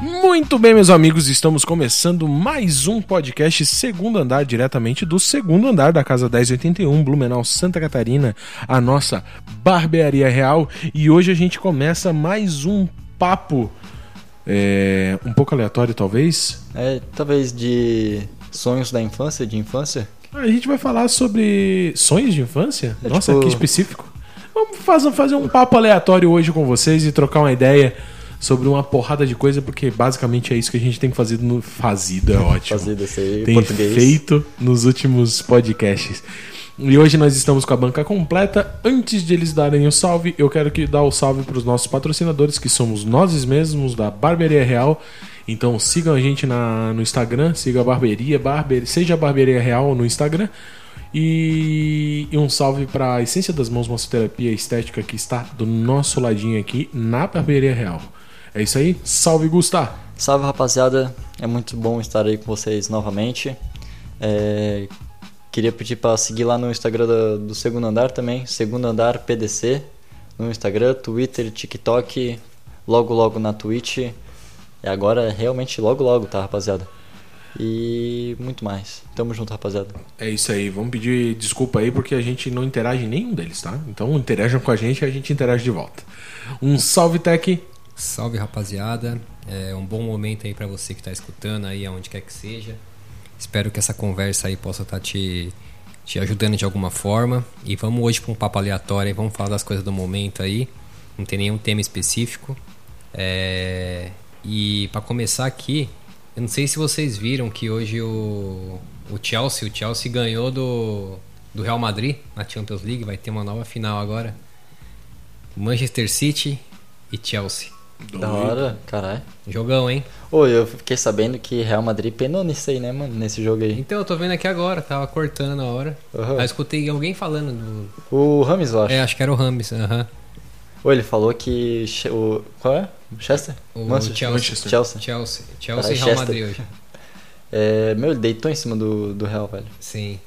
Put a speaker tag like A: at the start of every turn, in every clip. A: Muito bem, meus amigos, estamos começando mais um podcast Segundo Andar, diretamente do segundo andar da Casa 1081, Blumenau, Santa Catarina, a nossa barbearia real. E hoje a gente começa mais um papo, é, um pouco aleatório talvez.
B: É, talvez de sonhos da infância, de infância.
A: A gente vai falar sobre sonhos de infância?
B: É,
A: Nossa,
B: tipo-
A: que específico. Vamos fazer, fazer um papo aleatório hoje com vocês e trocar uma ideia sobre uma porrada de coisa, porque basicamente é isso que a gente tem fazido no. Fazido é ótimo.
B: Fazer desse aí,
A: tem
B: português.
A: feito nos últimos podcasts. E hoje nós estamos com a banca completa. Antes de eles darem o salve, eu quero que dar o salve para os nossos patrocinadores, que somos nós mesmos da Barbearia Real. Então sigam a gente na, no Instagram, siga a Barbearia, Barber, seja a Barbearia Real no Instagram. E, e um salve para a Essência das Mãos Massoterapia Estética, que está do nosso ladinho aqui na Barbearia Real. É isso aí, salve Gustavo!
B: Salve rapaziada, é muito bom estar aí com vocês novamente. É, queria pedir para seguir lá no Instagram da- do Segundo Andar também, Segundo Andar PDC, no Instagram, Twitter, TikTok, logo logo na Twitch. É agora realmente logo logo, tá rapaziada? E muito mais. Tamo junto, rapaziada.
A: É isso aí, vamos pedir desculpa aí porque a gente não interage em nenhum deles, tá? Então interajam com a gente e a gente interage de volta. Um salve, Tech!
C: Salve rapaziada, é um bom momento aí pra você que tá escutando aí, aonde quer que seja. Espero que essa conversa aí possa estar te, te ajudando de alguma forma. E vamos hoje pra um papo aleatório, aí, vamos falar das coisas do momento aí. Não tem nenhum tema específico. É, E pra começar aqui, eu não sei se vocês viram que hoje o, o Chelsea, o Chelsea ganhou do, do Real Madrid na Champions League, vai ter uma nova final agora. Manchester City e Chelsea.
B: Da hora, caralho.
C: Jogão, hein?
B: Oi, eu fiquei sabendo que Real Madrid penou nisso aí, né, mano? Nesse jogo aí.
C: Então, eu tô vendo aqui agora, tava cortando na hora.
B: Aham.
C: Aí eu escutei alguém falando do.
B: O Rames, eu acho.
C: É, acho que era o Rams, aham.
B: Ou ele falou que. che- O, qual é? Chester?
C: O
B: Manchester.
C: Chelsea.
A: Manchester.
B: Chelsea.
C: Chelsea.
B: Caralho,
C: Chelsea e Real
B: Chester.
C: Madrid hoje.
B: É, meu, ele deitou em cima do, do Real, velho.
C: Sim.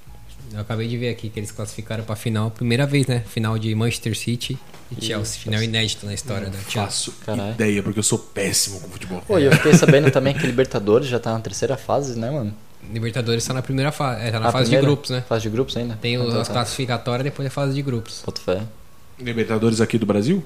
C: Eu acabei de ver aqui que eles classificaram pra final, primeira vez, né? Final de Manchester City e Chelsea. Final inédito na história da Chelsea.
A: Faço
B: Caralho.
A: ideia porque eu sou péssimo com futebol.
B: Pô, e eu fiquei sabendo também que Libertadores já tá na terceira fase, né, mano?
C: Libertadores tá na primeira fase. É, tá na
B: A
C: fase
B: primeira?
C: de grupos, né?
B: Fase de grupos ainda?
C: Tem
B: Ah,
C: os-
B: tá,
C: as
B: tá.
C: classificatórias depois a fase de grupos.
B: Boto fé. É
A: Libertadores aqui do Brasil?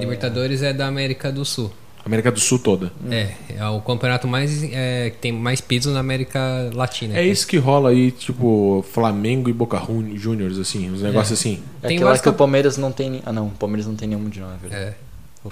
C: Libertadores é da América do Sul.
A: América do Sul toda.
B: Hum.
C: É, é o campeonato mais é, que tem mais piso na América Latina.
A: É isso que rola aí, tipo, Flamengo e Boca Jun- Juniors, assim, uns negócios assim.
B: É
C: Tem
B: aquela
C: vários
B: que o
C: camp-
B: Palmeiras não tem. Ah, não, o Palmeiras não tem nenhum de nós, velho.
C: É.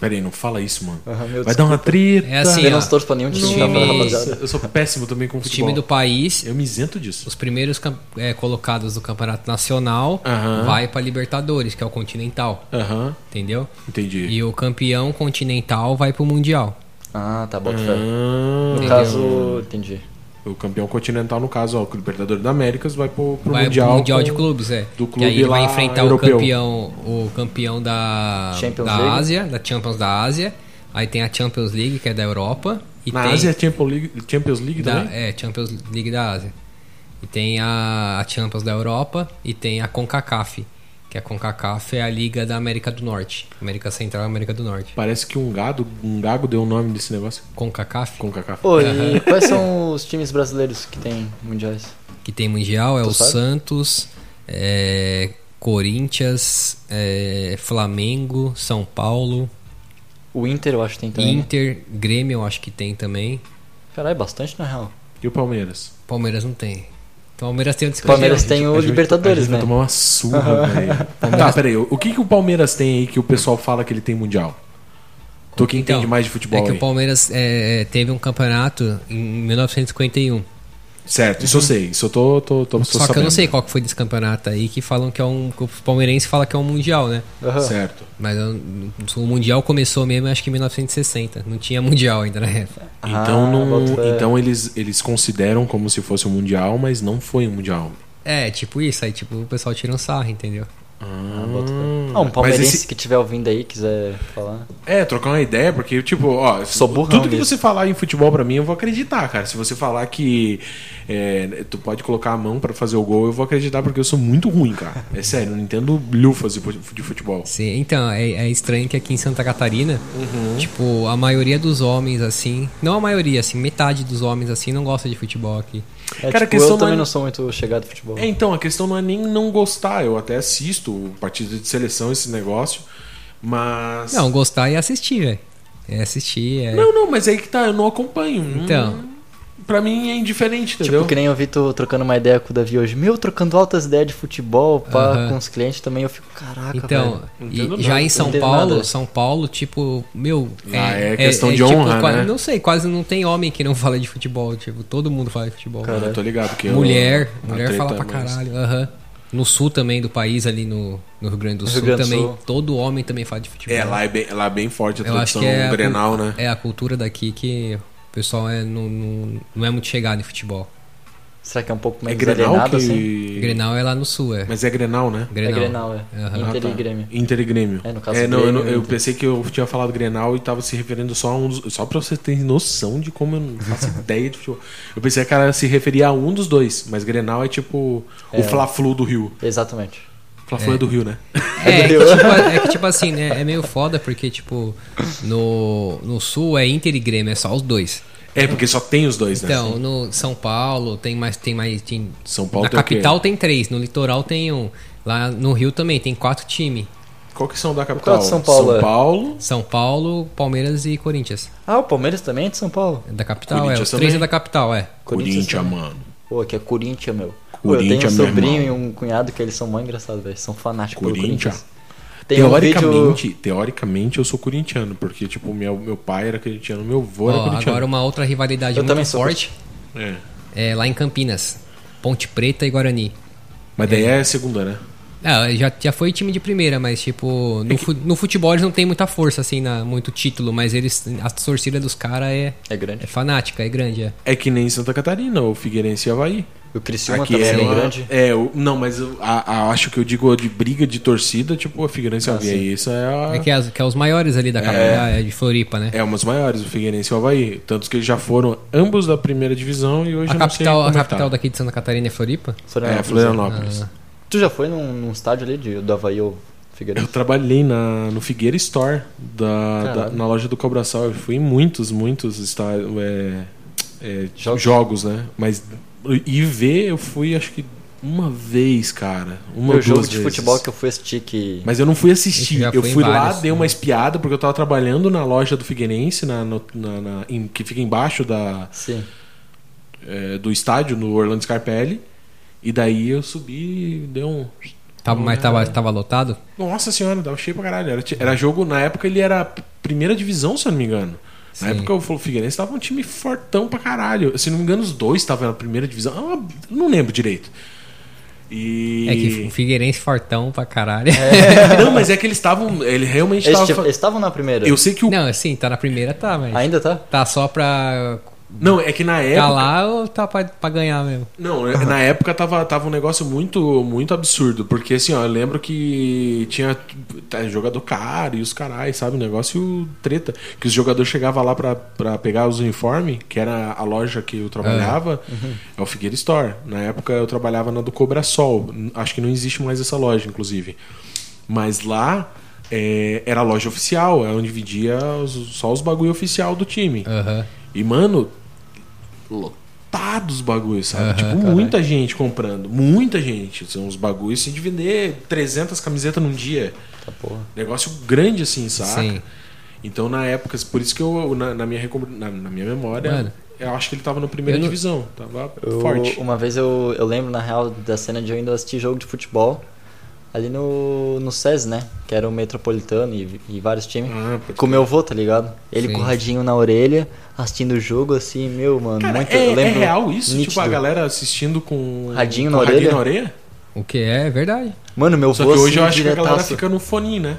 A: Pera aí, não fala isso, mano.
B: Aham, meu,
A: Vai dar uma treta.
C: É assim,
B: Eu
C: ó.
B: não torço pra nenhum
C: Os
B: time, tá,
C: times-
B: rapaziada?
A: Eu sou péssimo também com
C: O
A: futebol.
C: time do país,
A: Eu me isento disso.
C: os primeiros cam- é, colocados do campeonato nacional,
A: Aham.
C: vai pra Libertadores, que é o continental,
A: Aham,
C: entendeu?
A: entendi.
C: E o campeão continental vai pro mundial.
B: Ah, tá, boto fé.
A: Ah,
B: No caso, entendi.
A: O campeão continental, no caso, ó, o Libertador da Américas vai pro, pro
C: vai
A: Mundial.
C: pro mundial de
A: com-
C: clubes, é.
A: do
C: e
A: clube
C: aí ele vai
A: lá
C: enfrentar
A: europeu.
C: o campeão, o campeão da
B: Champions
C: da
B: League.
C: Ásia, da Champions da Ásia. Aí tem a Champions League que é da Europa e
A: Na
C: tem
A: Ásia é Champions League, Champions League
C: da-
A: também?
C: é Champions League da Ásia. E tem a, a Champions da Europa e tem a CONCACAF, que a CONCACAF é a liga da América do Norte, América Central e América do Norte.
A: Parece que um gado, um gago deu o nome desse negócio.
C: CONCACAF,
A: Com cacá.
B: Pô, e quais são os times brasileiros que tem mundiais?
C: que tem mundial, é
B: Tu
C: o
B: sabe?
C: Santos, é, Corinthians, é, Flamengo, São Paulo,
B: O Inter eu acho que tem também. né?
C: Inter, Grêmio, eu acho que tem também.
B: Caralho, é bastante na real.
A: E o Palmeiras?
C: Palmeiras não tem. Então, Palmeiras tem onde escolher.
B: Palmeiras tem
A: A
B: o
A: gente- a
B: Libertadores,
A: gente
B: né?
A: vai tomar uma surra, velho. Tá, peraí. O que, que o Palmeiras tem aí que o pessoal fala que ele tem mundial? Tu que entende
C: Então,
A: mais de
C: É
A: futebol
C: que
A: aí.
C: o Palmeiras é, é, teve um campeonato em 1951.
A: Certo, isso eu sei. Isso eu tô, tô, tô, tô
C: Uhum. Só que eu
A: sabendo.
C: não sei qual que foi desse campeonato aí, que falam que é um. que o palmeirense fala que é um mundial, né?
B: Aham.
A: Certo.
C: Mas eu- o mundial começou mesmo, acho que em 1960. Não tinha mundial ainda na época.
A: Então,
B: Ah, boto
A: não,
B: fé.
A: então eles, eles consideram como se fosse um mundial, mas não foi um mundial.
C: É, tipo isso, aí tipo o pessoal tira um sarro, entendeu?
B: Ah, boto fé. Ah, um palmeirense
A: esse-
B: que estiver ouvindo aí, quiser falar.
A: É, trocar uma ideia, porque, tipo, ó,
B: Sou burrão
A: tudo que
B: nisso.
A: você falar em futebol pra mim, eu vou acreditar, cara. Se você falar que é, tu pode colocar a mão pra fazer o gol, eu vou acreditar, porque eu sou muito ruim, cara. É sério, eu não entendo lufas de fu- de futebol.
C: Sim, então, é, é estranho que aqui em Santa Catarina,
A: Uhum.
C: tipo, a maioria dos homens, assim, não a maioria, assim, metade dos homens, assim, não gosta de futebol aqui.
A: Cara,
B: É,
A: a
B: tipo, eu
A: questão não é-
B: também não sou muito chegado em futebol.
A: É, então, a questão não é nem não gostar. Eu até assisto partidas de seleção, esse negócio, mas.
C: Não, gostar é assistir, velho. É assistir, é.
A: não, não, mas aí que tá, eu não acompanho. Não-
C: Então.
A: Pra mim é indiferente, entendeu?
B: Tipo, que nem eu vi tu trocando uma ideia com o Davi hoje. Meu, trocando altas ideias de futebol pá,
C: Aham.
B: com os clientes também. Eu fico, caraca,
C: Então,
B: velho.
A: Não
C: e
A: entendo
C: já
A: nada,
C: em
A: não
C: São
B: entendo
C: Paulo,
B: nada.
C: São Paulo, tipo, meu.
A: Ah, é questão de honra,
C: quase-
A: né?
C: tipo Não sei, quase não tem homem que não fala de futebol. Tipo, todo mundo fala de futebol.
A: Ah,
C: né?
A: Eu tô ligado que eu-
C: mulher,
A: a
C: mulher
A: treta
C: fala
A: é
C: pra
A: mais-
C: caralho. aham. No sul também do país, ali no, no Rio Grande do
B: No Rio
C: Sul,
B: Grande do
C: também,
B: Sul.
C: todo homem também fala de futebol.
A: É, lá é bem, lá é bem forte a
C: Eu acho
A: tradição
C: que é a
A: Grenal,
C: cul-
A: né?
C: É a cultura daqui que o pessoal é, não, não, não é muito chegado em futebol.
B: Será que é um pouco
A: É
B: menos
A: Grenal
B: alienado,
A: que.
B: assim?
C: Grenal é lá no sul, é.
A: Mas é Grenal, né?
B: É
C: Grenal.
B: Grenal, é.
C: Aham.
A: Ah,
B: Inter
A: tá.
B: e Grêmio.
A: Inter e Grêmio.
B: É, no caso
A: não, eu
B: Grêmio,
A: não- eu,
B: Inter.
A: pensei que eu tinha falado Grenal e tava se referindo só a um dos, Só pra você ter noção de como eu não faço ideia de futebol. Eu pensei que era se referia a um dos dois, mas Grenal é tipo o
B: É.
A: Fla-Flu do Rio.
B: Exatamente.
A: Fla-Flu é. do Rio, né?
C: É, é que, tipo, é que tipo assim, né? É meio foda porque, tipo, no, no sul é Inter e Grêmio, é só os dois.
A: É, porque só tem os dois, né?
C: Então, no São Paulo tem mais. Tem mais tem,
A: São Paulo
C: na
A: tem o quê?
C: capital tem três, no litoral tem um. Lá no Rio também tem quatro times.
A: Qual que são da capital?
B: de São Paulo,
A: São
B: é?
A: Paulo.
C: São Paulo, Palmeiras e Corinthians.
B: Ah, o Palmeiras também é de São Paulo?
C: É Da capital, é.
A: Corinthians
C: Os três
A: também?
C: é da capital, é.
B: Corinthians
A: Corinthians, mano.
B: Pô, aqui é Corinthians, meu. Pô, eu tenho um
A: Corinthians, meu
B: sobrinho e
A: irmão.
B: um cunhado que eles são mó engraçados, velho. São fanáticos
A: Corinthians.
B: pelo Corinthians. Tem um vídeo...
A: Teoricamente, teoricamente, eu sou corintiano, porque, tipo, meu, meu pai era corintiano, meu avô era
C: Ó, agora
A: corintiano.
C: uma outra rivalidade
B: Eu também
C: muito
B: sou
C: forte
A: É.
C: é lá em Campinas. Ponte Preta e Guarani.
A: Mas daí é segunda, né?
C: Ah, já, já foi time de primeira, mas tipo,
A: É
C: no, fu- no futebol eles não tem muita força, assim, na, muito título, mas eles. A torcida dos caras é,
B: É
C: é
B: grande.
C: fanática, é grande, é.
A: É que nem Santa Catarina, o Figueirense e Havaí.
B: O Criciúma
A: Aqui
B: também
A: é,
B: é
A: uma-
B: grande.
A: é, o- não, mas eu- a- a- acho que eu digo de briga de torcida, tipo, a Figueirense e o Havaí. Isso é, a-
C: É que, as- que é os maiores ali da capital, é de Floripa, né?
A: é uma das maiores, o Figueirense e o Havaí. Tanto que eles já foram ambos da primeira divisão e hoje
C: a
A: eu não sei
C: capital, a
A: como é que
C: capital
A: tá.
C: daqui de Santa Catarina é Floripa?
A: É, Florianópolis.
B: Tu já foi num, num estádio ali de, do Havaí ou
A: Eu
B: Figueirense?
A: trabalhei na, no Figueira Store, da, da-
B: Caralho.
A: na loja do Cobraçal. Eu fui em muitos, muitos esta- é, é, jogos.
B: Jogos.
A: né? Mas e ver eu fui acho que uma vez, cara. Uma
B: Meu
A: ou
B: um jogo
A: duas
B: de
A: vezes.
B: futebol que eu fui assistir que...
A: Mas eu não fui
C: Esse
A: assistir.
C: já
A: Eu
C: foi em
A: fui lá,
C: vários,
A: dei uma
C: né?
A: espiada, porque eu tava trabalhando na loja do Figueirense, na, no- na- na- em- que fica embaixo da,
B: Sim.
A: é, do estádio, no Orlando Scarpelli. E daí eu subi e dei um.
C: Tava, mas
A: É.
C: tava, tava lotado?
A: Nossa senhora, dava cheio pra caralho. Era, ti- era jogo, na época ele era primeira divisão, se eu não me engano. Na
C: Sim.
A: época o Flu- Figueirense tava um time fortão pra caralho. Se não me engano, os dois estavam na primeira divisão. Ah, não lembro direito. E.
C: É que o Figueirense fortão pra caralho.
A: Não, mas é que eles estavam. Ele realmente
B: Eles
A: tava.
B: tipo- eles estavam na primeira.
A: Eu sei que o. Não.
C: Não, assim, tá na primeira, tá, mas.
B: Ainda tá?
C: Tá só pra
A: é que na época.
C: calar ou tá pra, pra ganhar mesmo?
A: Não, é- na época tava, tava um negócio muito muito absurdo, porque assim, ó, eu lembro que tinha tá, jogador caro e os carais, sabe? Um negócio treta. Que os jogadores chegavam lá pra, pra pegar os uniformes, que era a loja que eu trabalhava, é o Figueira Store. Na época eu trabalhava na do Cobra Sol. N- Acho que não existe mais essa loja, inclusive. Mas lá é, era a loja oficial, é onde vendia os- só os bagulho oficial do time.
C: Aham.
A: E, mano, lotados os bagulhos, sabe? tipo, muita gente comprando. Muita gente. São uns bagulhos assim de vender 300 camisetas num dia.
B: Tá porra.
A: Negócio grande assim, saca?
C: Sim.
A: Então, na época, por isso que eu, na, na minha, recom- na, na minha memória,
C: Mano.
A: eu acho que ele tava na primeira
C: Eu não-
A: divisão. Tava
B: Eu-
A: forte.
B: Uma vez eu, eu lembro, na real, da cena de eu indo assistir jogo de futebol ali no, no SES, né? Que era o Metropolitano e, e vários times.
A: Ah, pode
B: Com meu avô, tá ligado? Ele
C: Sim.
B: com o radinho na orelha, assistindo o jogo, assim, meu, mano.
A: Cara,
B: muito,
A: é,
B: eu
A: é
B: lembro
A: real isso? Tipo, a
B: nítido.
A: galera assistindo com
B: Radinho
A: com
B: na
A: radinho
B: orelha?
A: na orelha?
C: O que é, é verdade.
B: Mano, meu
A: Só
B: avô,
A: que hoje eu
B: assim,
A: acho que a galera
B: diretaço.
A: fica no fone, né?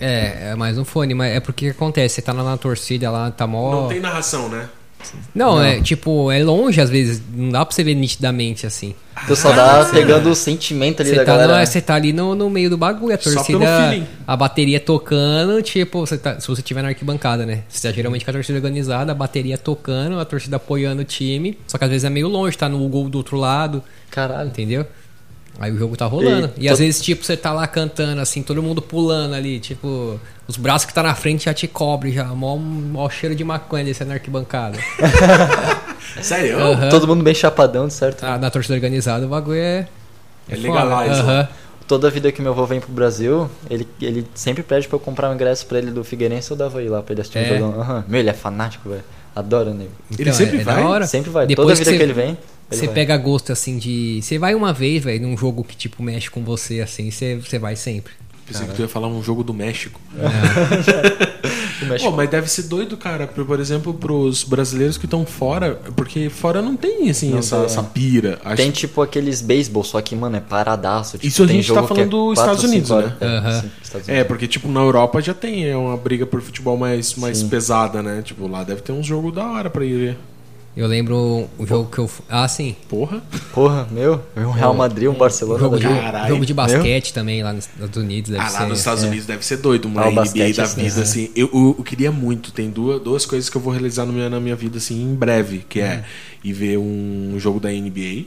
C: É, é mais um fone, mas é porque o que acontece, você tá lá na torcida, lá tá mó.
A: Não tem narração, né?
C: Não, é tipo, é longe às vezes, não dá pra você ver nitidamente assim.
B: Então só dá
A: Ah, é.
B: pegando o sentimento ali
C: Você
B: da
C: tá,
B: galera. né?
C: no- você tá ali no, no meio do bagulho, a
A: Só pelo
C: torcida,
A: feeling.
C: a bateria tocando, tipo, você tá- se você tiver na arquibancada, né? Você tá geralmente com a torcida organizada, a bateria tocando, a torcida apoiando o time, só que às vezes é meio longe, tá no gol do outro lado,
B: Caralho.
C: entendeu? Aí o jogo tá rolando. E,
B: E
C: às
B: to-
C: vezes, tipo, você tá lá cantando, assim, todo mundo pulando ali, tipo, os braços que tá na frente já te cobrem, já, mó, mó cheiro de maconha desse na arquibancada.
A: Sério?
B: Todo mundo bem chapadão, de certo?
C: Ah, na torcida organizada o bagulho é.
A: É legalize,
C: foda.
A: né?
C: Aham.
B: Toda vida que meu avô vem pro Brasil, ele, ele sempre pede pra eu comprar um ingresso pra ele do Figueirense, eu dava aí lá pra ele assistir
C: É.
B: o jogão. Aham. Meu, ele é fanático, velho. Adora, nego.
A: Ele sempre
C: é- é
A: vai?
C: da hora.
B: Sempre vai.
C: Depois
B: Toda vida
C: você-
B: que, ele vem, ele
C: Você
B: vai.
C: pega gosto assim de. Você vai uma vez, velho, num jogo que tipo mexe com você assim, você, você vai sempre.
A: Pensei que tu ia falar um jogo do México.
B: O É. México
A: Pô, mas deve ser doido, cara, por, por exemplo, pros brasileiros que estão fora, porque fora não tem, assim, essa,
B: tem.
A: essa pira. Acho
B: é. Tem tipo aqueles beisebol, só que, mano, é paradaço. Tipo,
A: Isso a
B: tem
A: gente tá
B: jogo que
A: falando
B: é
A: dos
B: quatro,
A: Estados
B: cinco
A: Unidos,
B: horas.
A: né?
B: É,
C: Aham.
B: sim, Estados
A: É,
B: Unidos.
A: porque, tipo, na Europa já tem é uma briga por futebol mais, mais pesada, né? Tipo, lá deve ter uns jogos da hora pra ir ver.
C: Eu lembro o jogo que eu. fu- Ah, sim.
A: Porra.
B: Porra, meu. Um Real Madrid, um Barcelona.
C: Jogo
B: da
C: de,
B: vida.
A: Caralho.
C: jogo de basquete também lá nos Estados Unidos. Deve
A: Ah, lá
C: ser. é.
A: nos Estados Unidos deve ser doido, uma
B: Ah, o
A: NBA
B: basquete,
A: da
B: assim,
A: vida,
B: né?
A: assim. Eu, eu, eu queria muito, tem duas, duas coisas que eu vou realizar no meu, na minha vida, assim, em breve, que
C: Uhum.
A: é ir ver um jogo da NBA.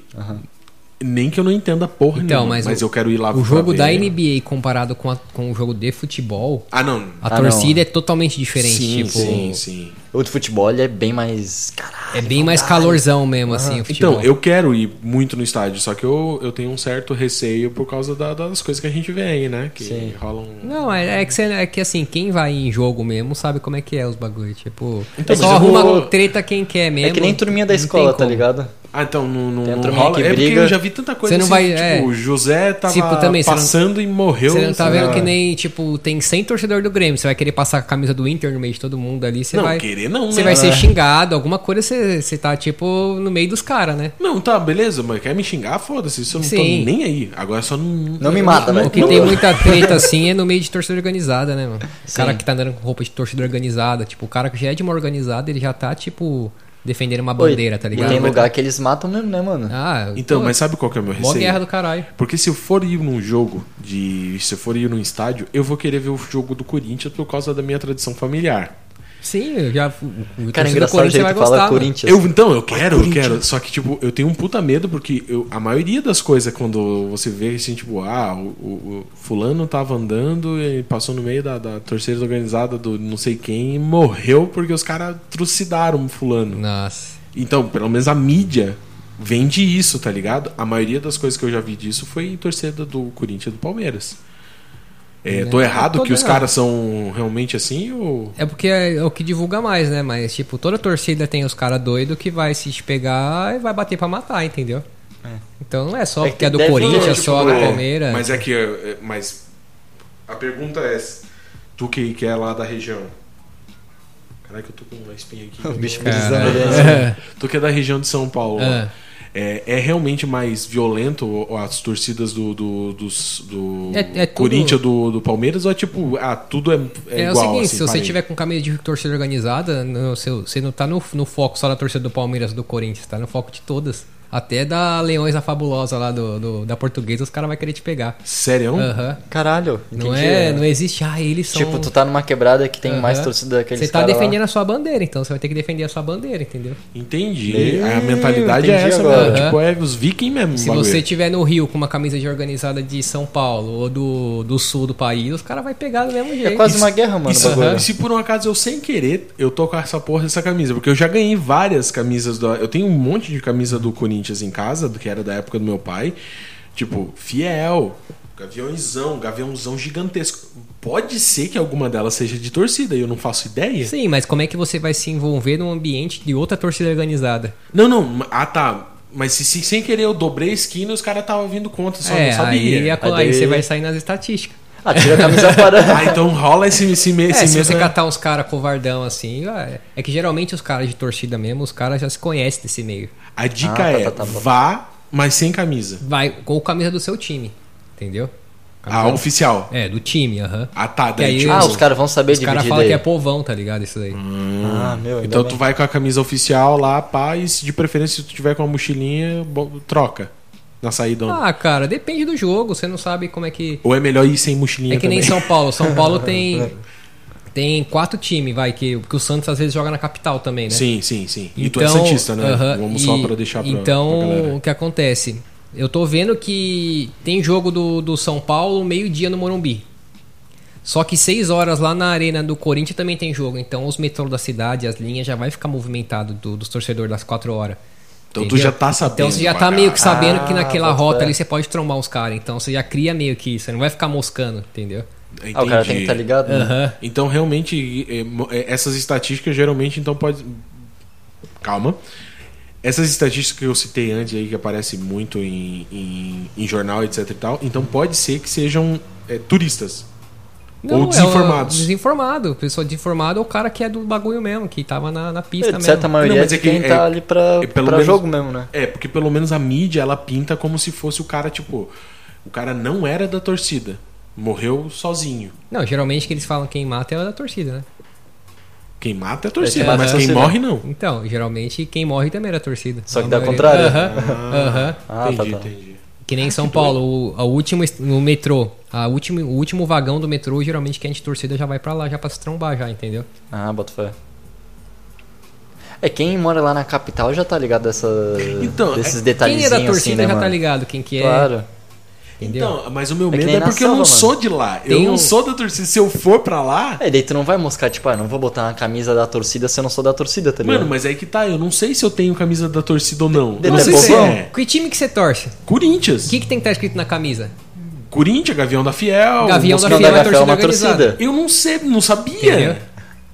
A: Nem que eu não entenda porra
C: Então,
A: nenhuma,
C: mas,
A: mas, eu quero ir lá
C: O jogo
A: ver. né?
C: da NBA comparado com, a- com o jogo de futebol,
A: Ah, não.
C: a
B: Ah,
C: torcida
B: não.
C: é totalmente diferente.
A: sim,
C: tipo,
A: sim, sim.
B: O de futebol ele é bem mais. Caralho.
C: é bem mais calorzão mesmo, assim, o futebol.
A: né? Então, eu quero ir muito no estádio, só que eu, eu tenho um certo receio por causa da- das coisas que a gente vê aí, né? Que
B: Sim.
A: rolam.
C: Não, é, é que, você- é que assim, quem vai em jogo mesmo sabe como é que é os bagulho. Tipo,
A: Então,
C: só
A: mas eu
C: arruma
A: vou-
C: treta quem quer mesmo.
B: É que nem turminha da
C: Não tem
B: escola, tá
C: como.
B: ligado?
A: Ah, então não, não,
B: Tem a
A: não
B: turminha
A: rola.
B: que
A: é porque
B: briga.
A: eu já vi tanta coisa
C: Você não
A: assim,
C: vai-
A: tipo,
C: é.
A: o José tava
C: Tipo, também, você não-
A: passando e morreu.
C: Você não tá
A: sei
C: vendo
A: lá.
B: Ah.
C: que nem, tipo, tem 100 torcedor do Grêmio. Você vai querer passar a camisa do Inter no meio de todo mundo ali. Você
A: Não,
C: vai,
A: querer não,
C: você
A: né?
C: vai
B: É.
C: ser xingado. Alguma coisa você, você tá, tipo, no meio dos caras, né?
A: Não, tá, beleza, mas quer me xingar? Foda-se, isso eu não tô
C: Sim.
A: nem aí. Agora é só não.
B: É, Não me mata,
C: O
B: velho.
C: que tem muita treta assim é no meio de torcida organizada, né, mano? O cara
B: Sim.
C: que tá andando com roupa de torcida organizada. Tipo, o cara que já é de uma organizada, ele já tá, tipo, defendendo uma
B: Oi,
C: bandeira, tá
B: e
C: ligado?
B: Tem lugar que eles matam mesmo, né, mano?
C: Ah,
A: Então,
C: pô,
A: mas sabe qual que é o meu
C: Mó
A: receio?
C: guerra do caralho.
A: Porque se eu for ir num jogo de. Se eu for ir num estádio, eu vou querer ver o jogo do Corinthians por causa da minha tradição familiar.
C: Sim, eu
B: Cara,
C: já. O
B: é
C: torcedor do
B: engraçado o
C: Corinthians
B: jeito
C: vai
B: que fala
C: gostar. mano.
B: Corinthians.
A: Eu, então, eu quero, eu quero. Só que, tipo, eu tenho um puta medo, porque eu- a maioria das coisas, quando você vê, assim, tipo, ah, o, o- o fulano tava andando e passou no meio da, da torcida organizada do não sei quem e morreu porque os caras trucidaram o fulano.
C: Nossa.
A: Então, pelo menos a mídia vende isso, tá ligado? A maioria das coisas que eu já vi disso foi em torcida do Corinthians e do Palmeiras. É, tô errado
C: Todo
A: que os
C: errado.
A: caras são realmente assim ou.
C: É porque é o que divulga mais, né? Mas, tipo, toda torcida tem os caras doidos que vai se te pegar e vai bater pra matar, entendeu? Então não é só
B: É que
C: porque é do
B: deve-
C: Corinthians,
B: é,
C: só do
A: É,
C: Palmeiras.
A: Mas é que. é, Mas a pergunta é: tu que, que é lá da região. Caraca, eu tô com uma espinha aqui.
B: O bicho
C: Cara,
B: brisando ali.
C: é.
A: Tu que é da região de São Paulo.
C: É.
A: É, é realmente mais violento o- as torcidas do, do, dos- do
C: É- é tudo-
A: Corinthians do, do Palmeiras ou é tipo, ah, tudo é, é,
C: É, o
A: igual?
C: seguinte,
A: assim,
C: se você
A: parei?
C: tiver com camisa de torcida organizada, no seu- você não tá no, no foco só da torcida do Palmeiras do Corinthians, tá no foco de todas. Até da Leões a Fabulosa lá do, do- da Portuguesa, os caras vão querer te pegar.
A: Sério?
C: Aham.
B: Caralho.
C: Não
B: entendi,
C: Hum? é,
B: né?
C: não existe, ah, eles são...
B: Tipo, tu tá numa quebrada que tem mais
C: Aham.
B: torcida que
C: Você
B: aqueles
C: tá
B: cara lá.
C: defendendo a sua bandeira, então você vai ter que defender a sua bandeira, entendeu?
A: Entendi.
B: Meu,
A: a mentalidade é
B: entendi
A: essa,
B: agora.
A: mano.
C: Aham.
A: Tipo, é os vikings mesmo.
C: Se
A: bagulho.
C: você tiver no Rio com uma camisa de organizada de São Paulo ou do, do sul do país, os caras vão pegar do mesmo jeito.
B: É quase uma guerra,
A: E
B: mano. o
A: se,
B: bagulho.
A: e se por um acaso eu sem querer, eu tô com essa porra dessa camisa, porque eu já ganhei várias camisas do. Eu tenho um monte de camisa do Corinthians em casa, do que era da época do meu pai. Tipo, fiel, gaviãozão, gaviãozão gigantesco. Pode ser que alguma delas seja de torcida, e eu não faço ideia.
C: Sim, mas como é que você vai se envolver num ambiente de outra torcida organizada?
A: Não, não, ah tá. Mas se, se sem querer eu dobrei a esquina e os caras estavam vindo contra, só não sabia.
C: É, aí, a-
B: Aí
C: aí
B: daí-
C: você vai sair nas estatísticas.
B: Ah, tira a camisa fora.
A: Ah, então rola esse, esse, me- esse
C: É, se
A: mesmo. né?
C: você catar uns caras covardão assim, é é que geralmente os caras de torcida mesmo, os caras já se conhecem desse meio.
A: A dica
B: Ah, tá,
A: é:
B: tá, tá bom.
A: vá, mas sem camisa.
C: Vai com a camisa do seu time, entendeu?
A: Ah,
C: Campeão.
A: oficial.
C: É, do time, aham.
A: Ah, tá,
C: E
A: daí
C: aí
A: tipo,
B: Ah, os caras vão saber
C: Os caras
B: dividir
C: falam
B: daí.
C: que é povão, tá ligado? Isso daí.
B: Ah, meu, ainda
A: Então tu
B: bem.
A: vai com a camisa oficial lá, pá, e se de preferência se tu tiver com uma mochilinha, bo- troca. Na saída.
C: Ah, cara, depende do jogo, você não sabe como é que.
A: Ou é melhor ir sem mochilinha
C: É que nem
A: também?
C: São Paulo. São Paulo tem. Tem quatro times, vai, que, que o Santos às vezes joga na capital também, né?
A: Sim, sim, sim. E tu é Santista, né?
C: Então, aham,
A: Vamos só
C: e-
A: pra deixar pra,
C: Então,
A: pra galera.
C: o que acontece? Eu tô vendo que tem jogo do, do São Paulo meio-dia no Morumbi. Só que seis horas lá na arena do Corinthians também tem jogo. Então os metrô da cidade, as linhas já vai ficar movimentado do- dos torcedores das quatro horas.
A: Então tu
C: entendeu?
A: já tá sabendo.
C: Então você já tá
A: pra
C: meio que
A: caralho.
C: sabendo que
B: Ah,
C: naquela
B: bota
C: rota
B: fé.
C: ali você pode trombar os caras. Então você já cria meio que isso. Você não vai ficar moscando, entendeu?
B: Ah, o cara tem que
A: Entendi.
B: estar ligado, né?
C: Aham.
A: Então, realmente, é, mo- é, essas estatísticas geralmente então pode. Calma. Essas estatísticas que eu citei antes aí, que aparece muito em, em, em jornal, etc e tal, então pode ser que sejam é, turistas. Ou
C: é o-
A: desinformados.
C: desinformado. Pessoa desinformada é o cara que é do bagulho mesmo, que tava na, na pista
B: É,
C: mesmo.
B: de certa maioria
A: Não,
B: é
A: mas
B: de
A: é que
B: quem
A: é-
B: tá ali pra,
A: é pelo
B: pra
A: menos-
B: jogo mesmo, né?
A: É, porque pelo menos a mídia ela pinta como se fosse o cara, tipo, o cara não era da torcida, morreu sozinho.
C: Não, geralmente que eles falam quem mata é a da torcida, né?
A: Quem mata é a
B: É,
A: torcida,
B: quem mata
A: mas
B: é a
A: quem
B: torcida.
A: morre não.
C: Então, geralmente quem morre também era a torcida.
B: Só que
C: A
B: dá
C: maioria-
B: contrário.
C: Aham, aham.
B: Ah,
A: entendi,
B: tá, tá.
A: entendi.
C: Que nem em São Paulo, o, a última, est- no metrô, a última, o último vagão do metrô, geralmente quem é de torcida já vai pra lá, já pra se trombar já, entendeu?
B: Ah, bota fé. É, quem mora lá na capital já tá ligado dessa,
A: Então,
B: desses
C: Quem é
B: detalhezinhos
C: da torcida
B: assim, né,
C: já
B: mano?
C: tá ligado quem que é,
B: Claro.
C: entendeu?
A: Então, mas o meu
B: que
A: medo é,
B: nem na
A: porque eu não
B: samba,
A: sou de lá. eu
C: Tem
A: não
C: um-
A: sou da torcida. Se eu for pra lá,
B: É, daí tu não vai moscar, tipo, ah, não vou botar uma camisa da torcida se eu não sou da torcida, tá ligado?
A: Mano, mas aí que tá, eu não sei se eu tenho camisa da torcida ou não. Eu não
B: Deve
A: sei
B: ter
A: se
B: povão.
A: é.
C: Que time que você torce?
A: Corinthians.
C: O que, que tem que estar escrito na camisa?
A: Corinthians, Gavião da Fiel.
C: Gavião
A: Mosca-
B: Não,
C: Fiel
B: Ah, da
C: é
B: Gavião é uma
C: torcida
B: torcida.
A: Eu não sei, não sabia.
C: Entendeu?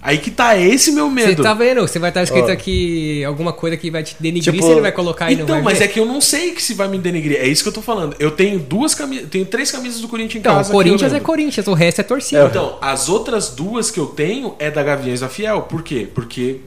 A: Aí que tá, é esse meu
C: Você
A: medo.
C: tá vendo? Você vai estar escrito
B: Ó.
C: aqui alguma coisa que vai te denigrir,
B: Tipo,
C: você não vai colocar e não
A: Então,
C: vai
A: mas
C: ver.
A: é que eu não sei que se vai me denegrir. É isso que eu tô falando. Eu tenho duas camisas. Tenho três camisas do Corinthians em
C: Então,
A: casa. que eu
C: Corinthians é
A: lembro.
C: Corinthians, o resto é torcida.
A: Então, as outras duas que eu tenho é da Gaviões da Fiel. Por quê? Porque,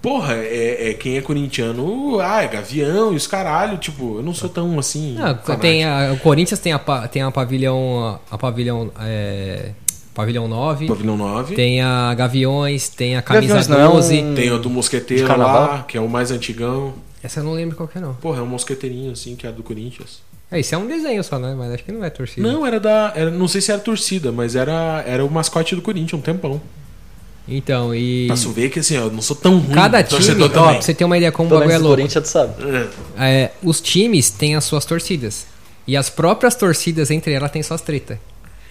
A: porra, é, é quem é corintiano, ah, é Gavião e os caralho. Tipo, eu não sou tão assim.
C: Não,
A: fanático.
C: tem a- o Corinthians tem a, pa- tem a pavilhão. A pavilhão. é, pavilhão 9.
A: Pavilhão 9.
C: Tem a Gaviões, tem a camisa
B: Gaviões não é um-
C: 12.
A: Tem o do mosqueteiro
B: De carnaval?
A: lá, que é o mais antigão.
C: Essa eu não lembro qual que é, não.
A: Porra, é um mosqueteirinho assim, que é do Corinthians.
C: É, isso é um desenho só, né? Mas acho que não é torcida.
A: Não, era da. era- não sei se era torcida, mas era, era o mascote do Corinthians um tempão.
C: Então, e.
A: Pra tu ver que assim, ó, eu não sou tão ruim.
C: Cada time,
A: torcedor
C: ó, pra você ter uma ideia como o
B: Pelo
C: bagulho é
B: menos do
C: louco.
B: Corinthians tu sabe.
A: É.
C: É, os times têm as suas torcidas. E as próprias torcidas entre elas têm suas tretas.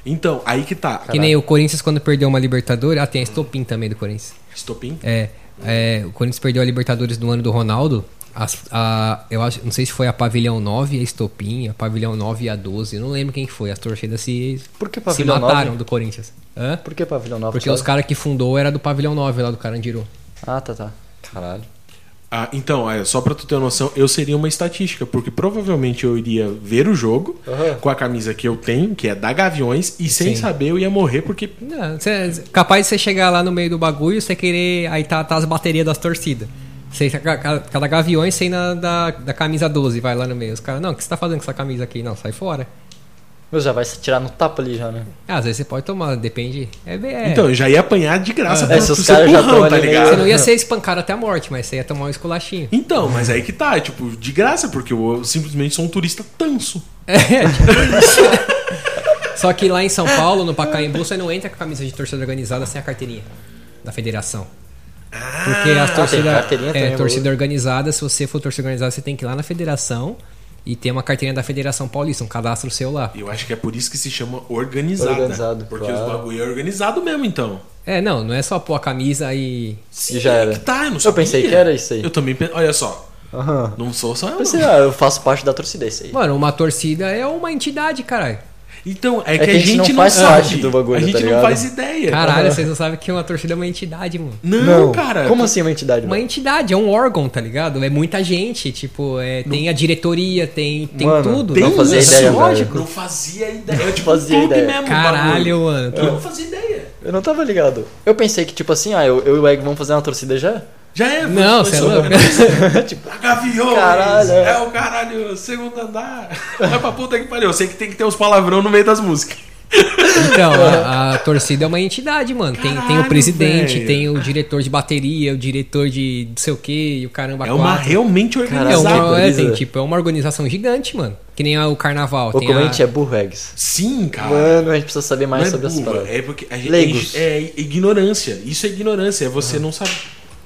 A: Então, aí que tá.
C: Que nem o Corinthians quando perdeu uma Libertadores. Ah, tem a estopim também do Corinthians.
A: Estopim?
C: É, é, o Corinthians perdeu a Libertadores no ano do Ronaldo. As- a- eu acho, não sei se foi a Pavilhão 9 e a Estopim, a Pavilhão 9 e a 12, eu não lembro quem que foi. As torcidas se,
B: Por que
C: se
B: pavilhão
C: mataram
B: 9?
C: do Corinthians. Hã?
B: Por que pavilhão 9?
C: Porque os caras que fundou era do Pavilhão 9 lá do Carandiru.
B: Ah, tá, tá. Caralho.
A: Ah, então, é, só pra tu ter uma noção, eu seria uma estatística, porque provavelmente eu iria ver o jogo
B: Aham.
A: com a camisa que eu tenho, que é da Gaviões, e sem
C: Sim.
A: saber eu ia morrer, porque.
C: Não, cê- capaz de você chegar lá no meio do bagulho, você querer. Aí tá, tá as baterias das torcidas. Você, ca- ca- cada gaviões sem na, da, da camisa 12, vai lá no meio. Os caras, não, o que você tá fazendo com essa camisa aqui? Não, sai fora.
B: Meu, já vai se tirar no tapa ali já, né?
C: Ah, às vezes você pode tomar, depende. É, bem- é,
A: Então, eu já ia apanhar de graça
B: É, se os caras já
A: tá
B: tão ali meio-
C: Você não ia ser espancado até a morte, mas você ia tomar um esculachinho.
A: Então, mas aí que tá, tipo, de graça, porque eu simplesmente sou um turista tanso.
C: É, tipo isso. Só que lá em São Paulo, no Pacaembu, você não entra com a camisa de torcida organizada sem a carteirinha da federação. Porque as torcidas.
B: Ah, carteirinha
C: É,
B: também,
C: torcida organizada, se você for torcida organizada, você tem que ir lá na federação e ter uma carteirinha da Federação Paulista, um cadastro seu lá.
A: Eu acho que é por isso que se chama organizada.
B: Organizado,
A: porque
B: claro.
A: os bagulho é organizado mesmo, então.
C: É, não, não é só pôr a camisa e.
B: E já era.
A: É que tá, eu não
B: Eu
A: sabia.
B: pensei que era isso aí.
A: Eu também pensei. Olha só,
B: Aham.
A: não sou só eu.
B: Pensei,
A: não.
B: ah, eu faço parte da torcida, é isso aí.
C: Mano, uma torcida é uma entidade, caralho.
A: Então, é,
B: que
A: que a
B: a gente
A: gente
B: não
A: não,
B: faz parte
A: sabe.
B: do bagulho,
A: a gente
B: tá
A: não
B: ligado?
A: faz ideia.
C: Caralho, vocês não sabem que uma torcida é uma entidade, mano.
A: Não, cara.
B: Como assim uma entidade,
C: Uma
B: mano?
C: entidade, é um órgão, tá ligado? É muita gente, tipo, é, tem a diretoria, tem, tem
B: Mano,
C: tudo.
A: Tem um
B: Não fazia
A: isso?
B: ideia, velho.
A: Não fazia ideia. É tipo
B: fazia
A: clube
B: ideia.
A: mesmo. o
C: Caralho, mano.
A: bagulho. Eu não fazia ideia.
B: Eu não tava ligado. Eu pensei que, tipo assim, ah, eu, eu e o Egg vamos fazer uma torcida já? Tipo,
A: Já é,
C: Não,
A: foi
C: você é
A: sobre-
C: louco.
A: Gaviões!
B: Caralho.
A: É o caralho, segundo andar. Vai pra puta que pariu. Eu sei que tem que ter uns palavrão no meio das músicas.
C: Então, a, a torcida é uma entidade, mano. Tem, tem
A: Caralho,
C: o presidente,
A: velho.
C: tem o diretor de bateria, o diretor de não sei o que, e o caramba
A: É uma
C: quatro.
A: realmente
C: É
A: organizada.
B: Caralho,
C: uma, é,
B: organiza.
C: tem, tipo, é uma organização gigante, mano. Que nem a- o carnaval.
B: O
C: tem a- Ah.
B: comente é burro, Eggs.
A: Sim, cara.
B: Mano, a gente precisa saber
A: Não
B: mais sobre essas
A: burro,
B: paradas.
A: é porque a gente
B: Leigos.
A: é ignorância. Isso é ignorância, é você não saber.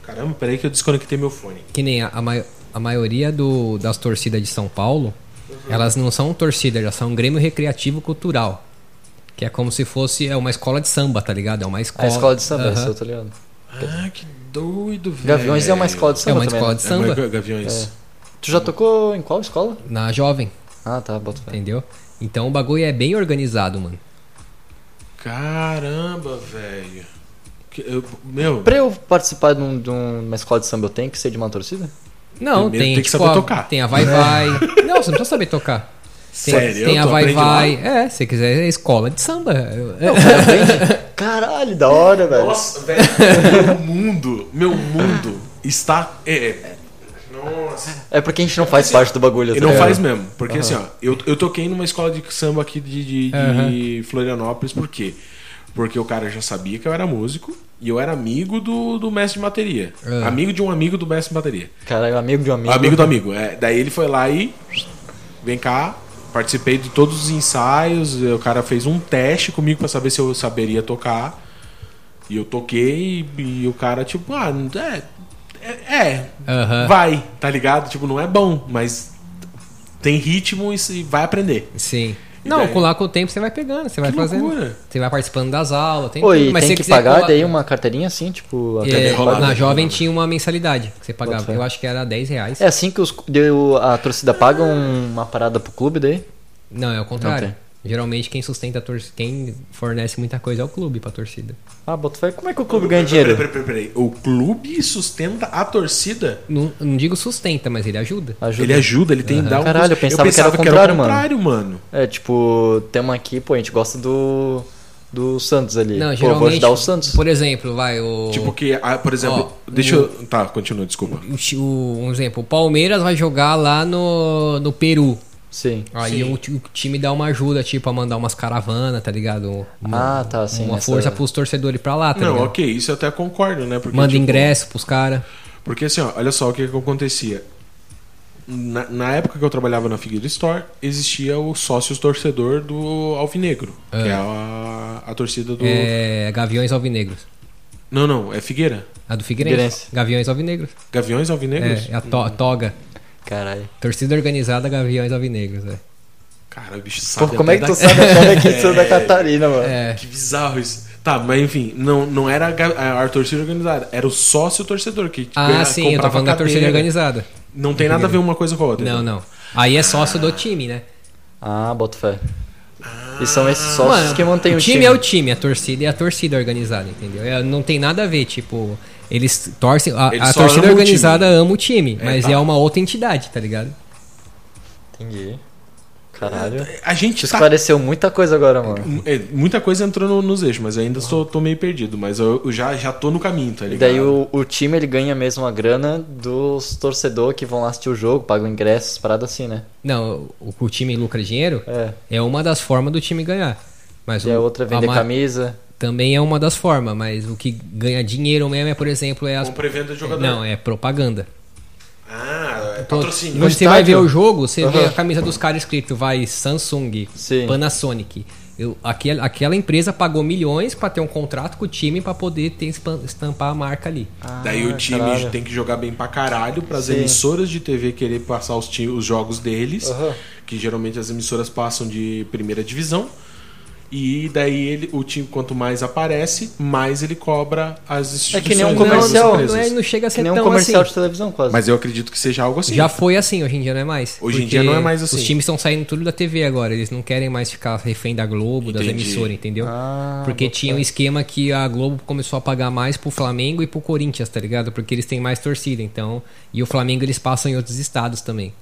A: Caramba, peraí que eu desconectei meu fone.
C: Que nem a, a, mai- a maioria do, das torcidas de São Paulo,
B: Uhum.
C: elas não são torcidas, elas são um Grêmio Recreativo Cultural. Que é como se fosse é uma escola de samba, tá ligado? É uma escola.
B: A escola de samba,
C: Aham.
B: isso eu tô ligado.
A: Ah, que doido, velho.
B: Gaviões é uma escola de
C: É
B: samba
C: uma
B: também,
C: escola
B: né?
C: de samba.
A: É, Gaviões.
B: Tu já tocou em qual escola?
C: Na jovem,
B: Ah, tá, bota fé.
C: entendeu? Então o bagulho é bem organizado, mano.
A: Caramba, velho. Que- eu- Meu,
B: Pra eu participar de, um- de um- uma escola de samba, eu tenho que ser de uma torcida?
C: Não,
A: Primeiro
C: tem,
A: tem que
C: tipo,
A: saber
C: a,
A: tocar. É.
C: Tem a Vai Vai. Não, você não precisa saber tocar. Tem,
A: sério,
C: tem
A: eu
C: a
A: tô
C: Vai
A: aprendendo
C: Vai.
A: lá.
C: É, se quiser, é escola de samba. É,
B: Caralho, da hora, velho.
A: Nossa, velho, meu mundo, meu mundo está. É, é. Nossa.
B: É porque a gente não faz parte do bagulho.
A: E
B: tá
A: não
B: ligado?
A: faz mesmo, porque assim, ó, eu, eu toquei numa escola de samba aqui de, de- de Florianópolis, por quê? Porque o cara já sabia que eu era músico e eu era amigo do, do mestre de bateria.
C: Ah.
A: Amigo de um amigo do mestre de bateria.
B: Caralho, amigo de um amigo.
A: Amigo do amigo. é. daí ele foi lá e. Vem cá, participei de todos os ensaios. O cara fez um teste comigo pra saber se eu saberia tocar. E eu toquei e, e o cara, tipo, ah, é. É. é,
C: Aham.
A: Vai, tá ligado? Tipo, não é bom, mas tem ritmo e se- vai aprender.
C: Sim.
A: E
C: Não,
A: daí?
C: com lá com o tempo você vai pegando, você vai fazendo.
A: loucura.
C: Você vai participando das aulas, tem
B: Oi,
C: tudo,
B: tem
C: se
B: que
C: quiser
B: pagar
C: colar-
B: daí uma carteirinha assim, tipo... a
C: É,
B: carteira
A: rolada.
B: paga?
C: na jovem tinha uma mensalidade que você pagava,
B: Bota
C: que
B: fé.
C: eu acho que era 10 reais.
B: É assim que os, deu, a torcida paga um- uma parada pro clube daí?
C: Não, é o contrário.
B: Não
C: Geralmente quem sustenta a torcida, quem fornece muita coisa é o clube pra torcida.
B: Ah, bota fé. Como é que o clube ganha dinheiro?
A: Peraí, peraí, peraí. O clube sustenta a torcida?
C: Não, não digo sustenta, mas ele ajuda.
B: Ajuda.
A: Ele ajuda, ele tem que dar um.
B: Caralho, eu pensava que era o contrário, mano.
A: mano.
B: É, tipo, temos aqui, pô, a gente gosta do... Do Santos ali.
C: Não,
B: pô, eu vou
C: geralmente.
B: ajudar o Santos.
C: Por exemplo, vai o
A: Tipo que, ah, por exemplo,
C: Ó,
A: deixa eu. Tá, continua, desculpa.
C: o chi- o- um exemplo, o Palmeiras vai jogar lá no, no Peru.
B: Sim.
C: Aí o, ti- o time dá uma ajuda, tipo, a mandar umas caravanas, tá ligado? Uma,
B: Ah, tá, sim.
C: uma
B: essa-
C: força pros torcedores pra lá, tá
A: Não,
C: ligado?
A: ok, isso eu até concordo, né? Porque,
C: Manda
A: tipo,
C: ingresso pros caras.
A: Porque assim, ó, olha só o que, que acontecia. Na, na época que eu trabalhava na Figueira Store, existia o sócios torcedor do Alvinegro, que é a, a torcida do.
C: É, Gaviões Alvinegros.
A: Não, não, é Figueira.
C: A do Figueirense.
B: Figueirense.
C: Gaviões Alvinegros.
A: Gaviões Alvinegros?
C: É, a to- toga.
B: Caralho.
C: Torcida organizada Gaviões Alvinegros. É.
A: Cara, o bicho
B: Pô,
A: sabe.
B: como é que
A: até
B: tu
A: da-
B: sabe a cara aqui de Santa Catarina, mano?
C: É,
A: Que bizarro isso. Tá, mas enfim, não, não era a, ga- a- a torcida organizada, era o sócio torcedor que
C: Ah,
A: ganha-
C: sim, eu tô
A: comprava
C: falando da torcida
A: cadeira.
C: organizada.
A: Não tem nada a ver uma coisa com a outra.
C: Não, não. Aí é sócio do time, né?
B: Ah, boto fé. E são esses sócios que mantêm o time.
C: é o time, a torcida é a torcida organizada, entendeu? É, não tem nada a ver, tipo, eles torcem. A,
A: Eles
C: a
A: só
C: torcida
A: amam o
C: organizada ama o time,
A: É,
C: mas
A: tá.
C: é uma outra entidade, tá ligado?
B: Entendi.
C: É,
B: Caralho.
A: A gente
B: Te
A: tá
B: esclareceu muita coisa agora, mano.
A: É, muita coisa entrou no- nos eixos, mas ainda sou, tô meio perdido. Mas eu, eu já, já tô no caminho, tá
B: E
A: ligado?
B: daí o, o time ele ganha mesmo a grana dos torcedores que vão lá assistir o jogo, pagam ingressos, parada assim, né?
C: Não, o, o time lucra dinheiro
B: É.
C: é uma das formas do time ganhar. Mas
B: E a
C: o-
B: outra é vender
C: ma-
B: camisa.
C: Também é uma das formas, mas o que ganha dinheiro mesmo é, por exemplo, é as.
A: Compra e venda de jogador.
C: Não, é propaganda.
A: Ah, é
C: Então,
A: patrocínio.
C: Quando você vai ver o jogo, você vê
B: Aham.
C: a camisa dos caras escrito, vai Samsung,
B: Sim.
C: Panasonic. Eu, aquela, aquela empresa pagou milhões pra ter um contrato com o time pra poder ter, espan- estampar a marca ali.
A: Daí o time
B: caralho.
A: tem que jogar bem pra caralho pras emissoras de TV querer passar os, ti- os jogos deles.
B: Aham.
A: Que geralmente as emissoras passam de primeira divisão. E daí ele, o time, quanto mais aparece, mais ele cobra as
B: É
A: instituições.
B: que nem um
A: né,
B: comercial.
A: as
C: Não, é,
A: empresas.
C: não chega a
B: Que
C: ser
B: nem um
C: tão assim.
B: comercial de televisão, quase.
A: Mas eu acredito que seja algo assim.
C: Já foi assim, hoje em dia não é mais.
A: Hoje em dia não é mais assim.
C: Os times estão saindo tudo da TV agora, eles não querem mais ficar refém da Globo, das
A: Entendi.
C: emissoras, entendeu?
B: Ah,
C: Porque tinha um esquema que a Globo começou a pagar mais pro Flamengo e pro Corinthians, tá ligado? Porque eles têm mais torcida, então. E o Flamengo eles passam em outros estados também.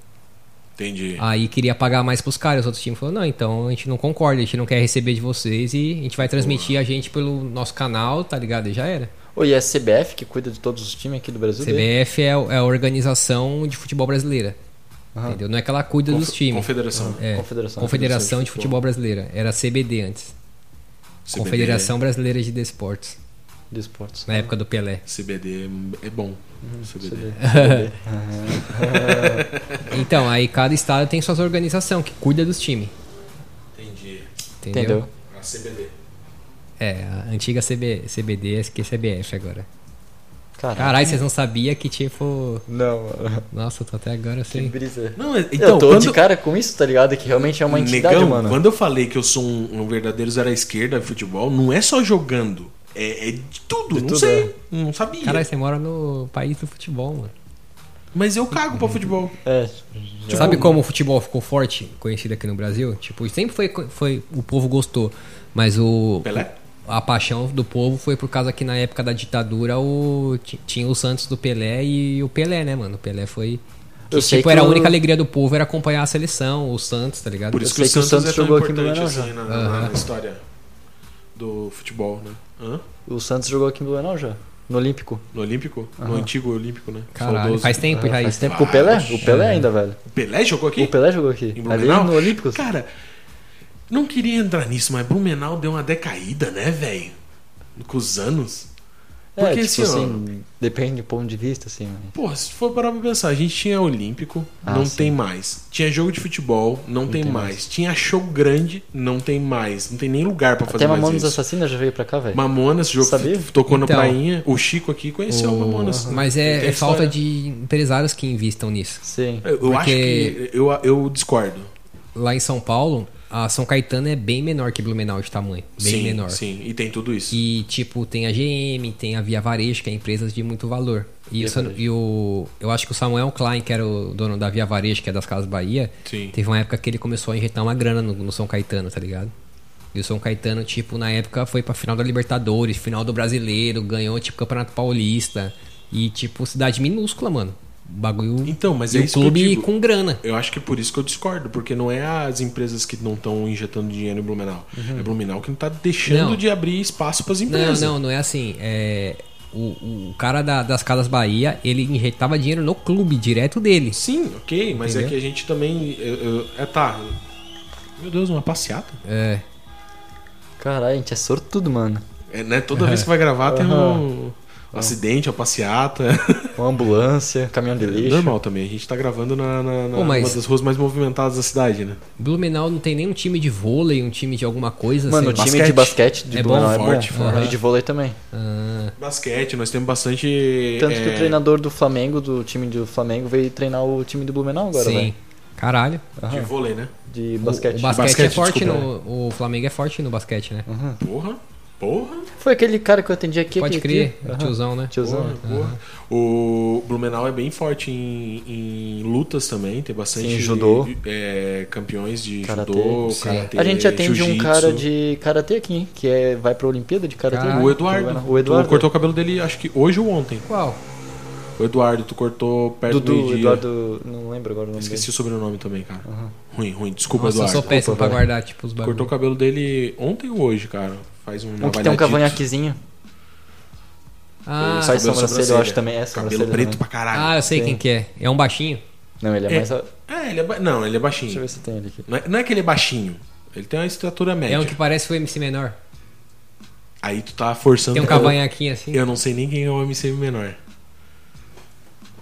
A: Entendi.
C: Aí queria pagar mais pros caras, os outros times falaram, não, então a gente não concorda, a gente não quer receber de vocês e a gente vai transmitir a gente pelo nosso canal, tá ligado? E já era.
B: Oi, e é a CBF que cuida de todos os times aqui do Brasil? daí?
C: CBF é, a- é a organização de futebol brasileira.
B: Aham.
C: Entendeu? Não é que ela cuida
A: Confe-
C: dos times.
A: Confederação.
C: É,
B: Confederação.
C: Confederação de Futebol Brasileira. Era CBD antes.
A: CBD.
C: Confederação Brasileira de Desportos.
B: De esportes.
C: Na época do Pelé.
A: CBD é bom.
C: Uhum.
A: CBD.
B: CBD.
C: Então, aí cada estado tem suas organização que cuida dos times.
A: Entendi.
C: Entendeu?
B: Entendeu?
A: A CBD.
C: É, a antiga CB, CBD, acho que é CBF agora.
B: Caralho.
C: Caralho, vocês não sabiam que tipo.
B: Não, mano.
C: Nossa, eu tô até agora
B: Que
C: sem.
B: brisa.
A: Não, é- então,
B: eu tô
A: quando...
B: de cara com isso, tá ligado? Que realmente é uma entidade,
A: Negão,
B: mano.
A: quando eu falei que eu sou um, um verdadeiro zero à esquerda em futebol, não é só jogando. É, é de tudo.
B: De
A: não
B: tudo, é.
A: sei. Não sabia.
C: Caralho, você mora no país do futebol, mano.
A: Mas eu cago pra futebol.
B: É. já-
C: Sabe como o futebol ficou forte, conhecido aqui no Brasil? Tipo, sempre foi, foi o povo gostou, mas o
A: Pelé?
C: a paixão do povo foi por causa que na época da ditadura o ti- tinha o Santos do Pelé e o Pelé, né, mano? O Pelé foi que,
B: Eu sei
C: tipo
B: que
C: era a
B: o-
C: única alegria do povo era acompanhar a seleção, o Santos, tá ligado?
A: Por isso que
B: sei
A: o
B: que o
A: Santos,
B: Santos
A: é tão
B: jogou aqui no
A: importante
B: Manaus,
A: assim, na, na- na história do futebol, né? Hã?
B: O Santos jogou aqui em Blumenau já? No Olímpico.
A: No Olímpico? No antigo Olímpico, né?
C: Caralho,
A: Saudoso.
C: faz tempo Ah,
B: Ah,
C: já
B: Faz
C: isso. É.
B: tempo que o Pelé? O Pelé ainda, velho.
A: O Pelé jogou aqui?
B: O Pelé jogou aqui.
A: Em
B: Ali
A: Blumenau?
B: Tá no Olímpico.
A: Cara, não queria entrar nisso, mas Blumenau deu uma decaída, né, velho? Com os anos.
B: É,
A: Porque
B: tipo
A: assim, ó,
B: assim, depende do ponto de vista, assim. mas-
A: Pô, se for parar pra pensar, a gente tinha Olímpico,
B: Ah,
A: não
B: sim.
A: tem mais. Tinha jogo de futebol, não, tem,
B: tem
A: mais. Tinha show grande, não tem mais. Não tem nem lugar pra fazer
B: Até
A: mais
B: Mamonas
A: isso.
B: Assassina já veio pra cá, velho.
A: Mamonas, jogo
B: Sabia?
A: f- tocou na
C: Então.
A: prainha. O Chico aqui conheceu o Mamonas.
C: Mas
A: Tem
C: é, é falta
A: história.
C: de empresários que invistam nisso.
B: Sim.
A: Eu eu acho que. Eu, eu discordo.
C: Lá em São Paulo, a São Caetano é bem menor que Blumenau de tamanho, bem
A: sim,
C: menor.
A: Sim, e tem tudo isso.
C: E, tipo, tem a GM, tem a Via Varejo, que é empresas de muito valor. E, isso, e o, eu acho que o Samuel Klein, que era o dono da Via Varejo, que é das Casas Bahia,
A: Sim.
C: teve uma época que ele começou a injetar uma grana no, no São Caetano, tá ligado? E o São Caetano, tipo, na época foi pra final da Libertadores, final do Brasileiro, ganhou, tipo, Campeonato Paulista. E, tipo, cidade minúscula, mano. Bagulho.
A: Então, mas
C: e
A: é
C: o
A: isso que eu
C: clube
A: digo.
C: com grana.
A: Eu acho que é por isso que eu discordo, porque não é as empresas que não estão injetando dinheiro em Blumenau. É Blumenau que não tá deixando
C: Uhum. Não.
A: de abrir espaço pras
C: Não,
A: empresas.
C: não, não é assim. É, o, o cara da- das Casas Bahia, ele injetava dinheiro no clube, direto dele.
A: Sim, ok, mas é
C: Entendeu?
A: que a gente também. eu- eu- é tá. Meu Deus, uma passeata.
C: É.
B: Caralho, a gente é sortudo, mano.
A: É, né? Toda vez que vai gravar tem um, acidente, uma passeata.
B: Uma ambulância, caminhão de
A: É
B: lixo.
A: normal também, a gente tá gravando na, na, na-
C: Pô, mas-
A: uma das ruas mais movimentadas da cidade, né?
C: Blumenau não tem nenhum time de vôlei, um time de alguma coisa.
B: Mano, o
C: sei lá.
B: time de basquete de
C: É bom,
B: Blumenau
A: forte,
B: é bom.
A: forte.
B: E de vôlei também.
C: Ah,
A: Basquete, nós temos bastante.
B: Tanto que
A: é,
B: o treinador do Flamengo, do time do Flamengo, veio treinar o time do Blumenau agora,
C: sim.
B: velho.
C: Caralho.
A: De vôlei, né?
B: De
C: O-
B: basquete. Uhum.
C: O, basquete, é
A: Basquete,
C: forte
A: desculpa,
C: no. O Flamengo é forte no basquete, né?
A: Porra, porra,
B: Foi aquele cara que eu atendi aqui.
C: Pode
B: aqui,
C: crer,
B: aqui. Aham.
C: tiozão, né?
B: Tiozão.
A: porra, porra. O Blumenau é bem forte em, em lutas também, tem bastante.
B: Sim, judô.
A: é, campeões de
B: Karatê,
A: judô,
C: sim.
A: karatê.
B: A gente atende um
A: jiu-jitsu.
B: cara de karatê aqui, hein? Que é, vai pra Olimpíada de karatê.
C: Caralho.
A: Ah, O Eduardo.
B: O Eduardo.
A: Tu cortou o cabelo dele, acho que hoje ou ontem.
C: Qual?
A: O Eduardo, tu cortou perto do
B: Dudu,
A: meio-dia.
B: Eduardo. Não lembro agora o nome
A: Esqueci o sobrenome também, cara. Ruim, ruim. Desculpa,
C: Nossa, eu
A: Eduardo.
C: sou péssimo pra
B: velho.
C: guardar, tipo, os bagulhos.
A: Cortou o cabelo dele ontem ou hoje, cara. Faz um
B: dele. Um que
C: é
B: tem um
A: navalhadito.
B: cavanhaquezinho.
A: Ele
B: Sai
C: Ah,
A: Ah, Cabelo
B: sobrancelha, eu
A: sobrancelha.
B: acho também. É sobrancelha.
A: Cabelo preto
B: também.
A: pra caralho.
C: ah, eu sei
B: Sim.
C: quem que é. É um baixinho.
B: Não, ele é,
A: É.
B: mais. a-
A: É, ele é ba... Não, ele é
B: Deixa eu
A: baixinho.
B: ver se tem ele aqui.
A: Não é, não é que ele é baixinho. Ele tem uma estatura média.
C: É um que parece o MC menor.
A: Aí tu tá forçando.
C: Tem um
A: pra-
C: cavanhaquinho assim.
A: Eu não sei nem quem é o MC menor.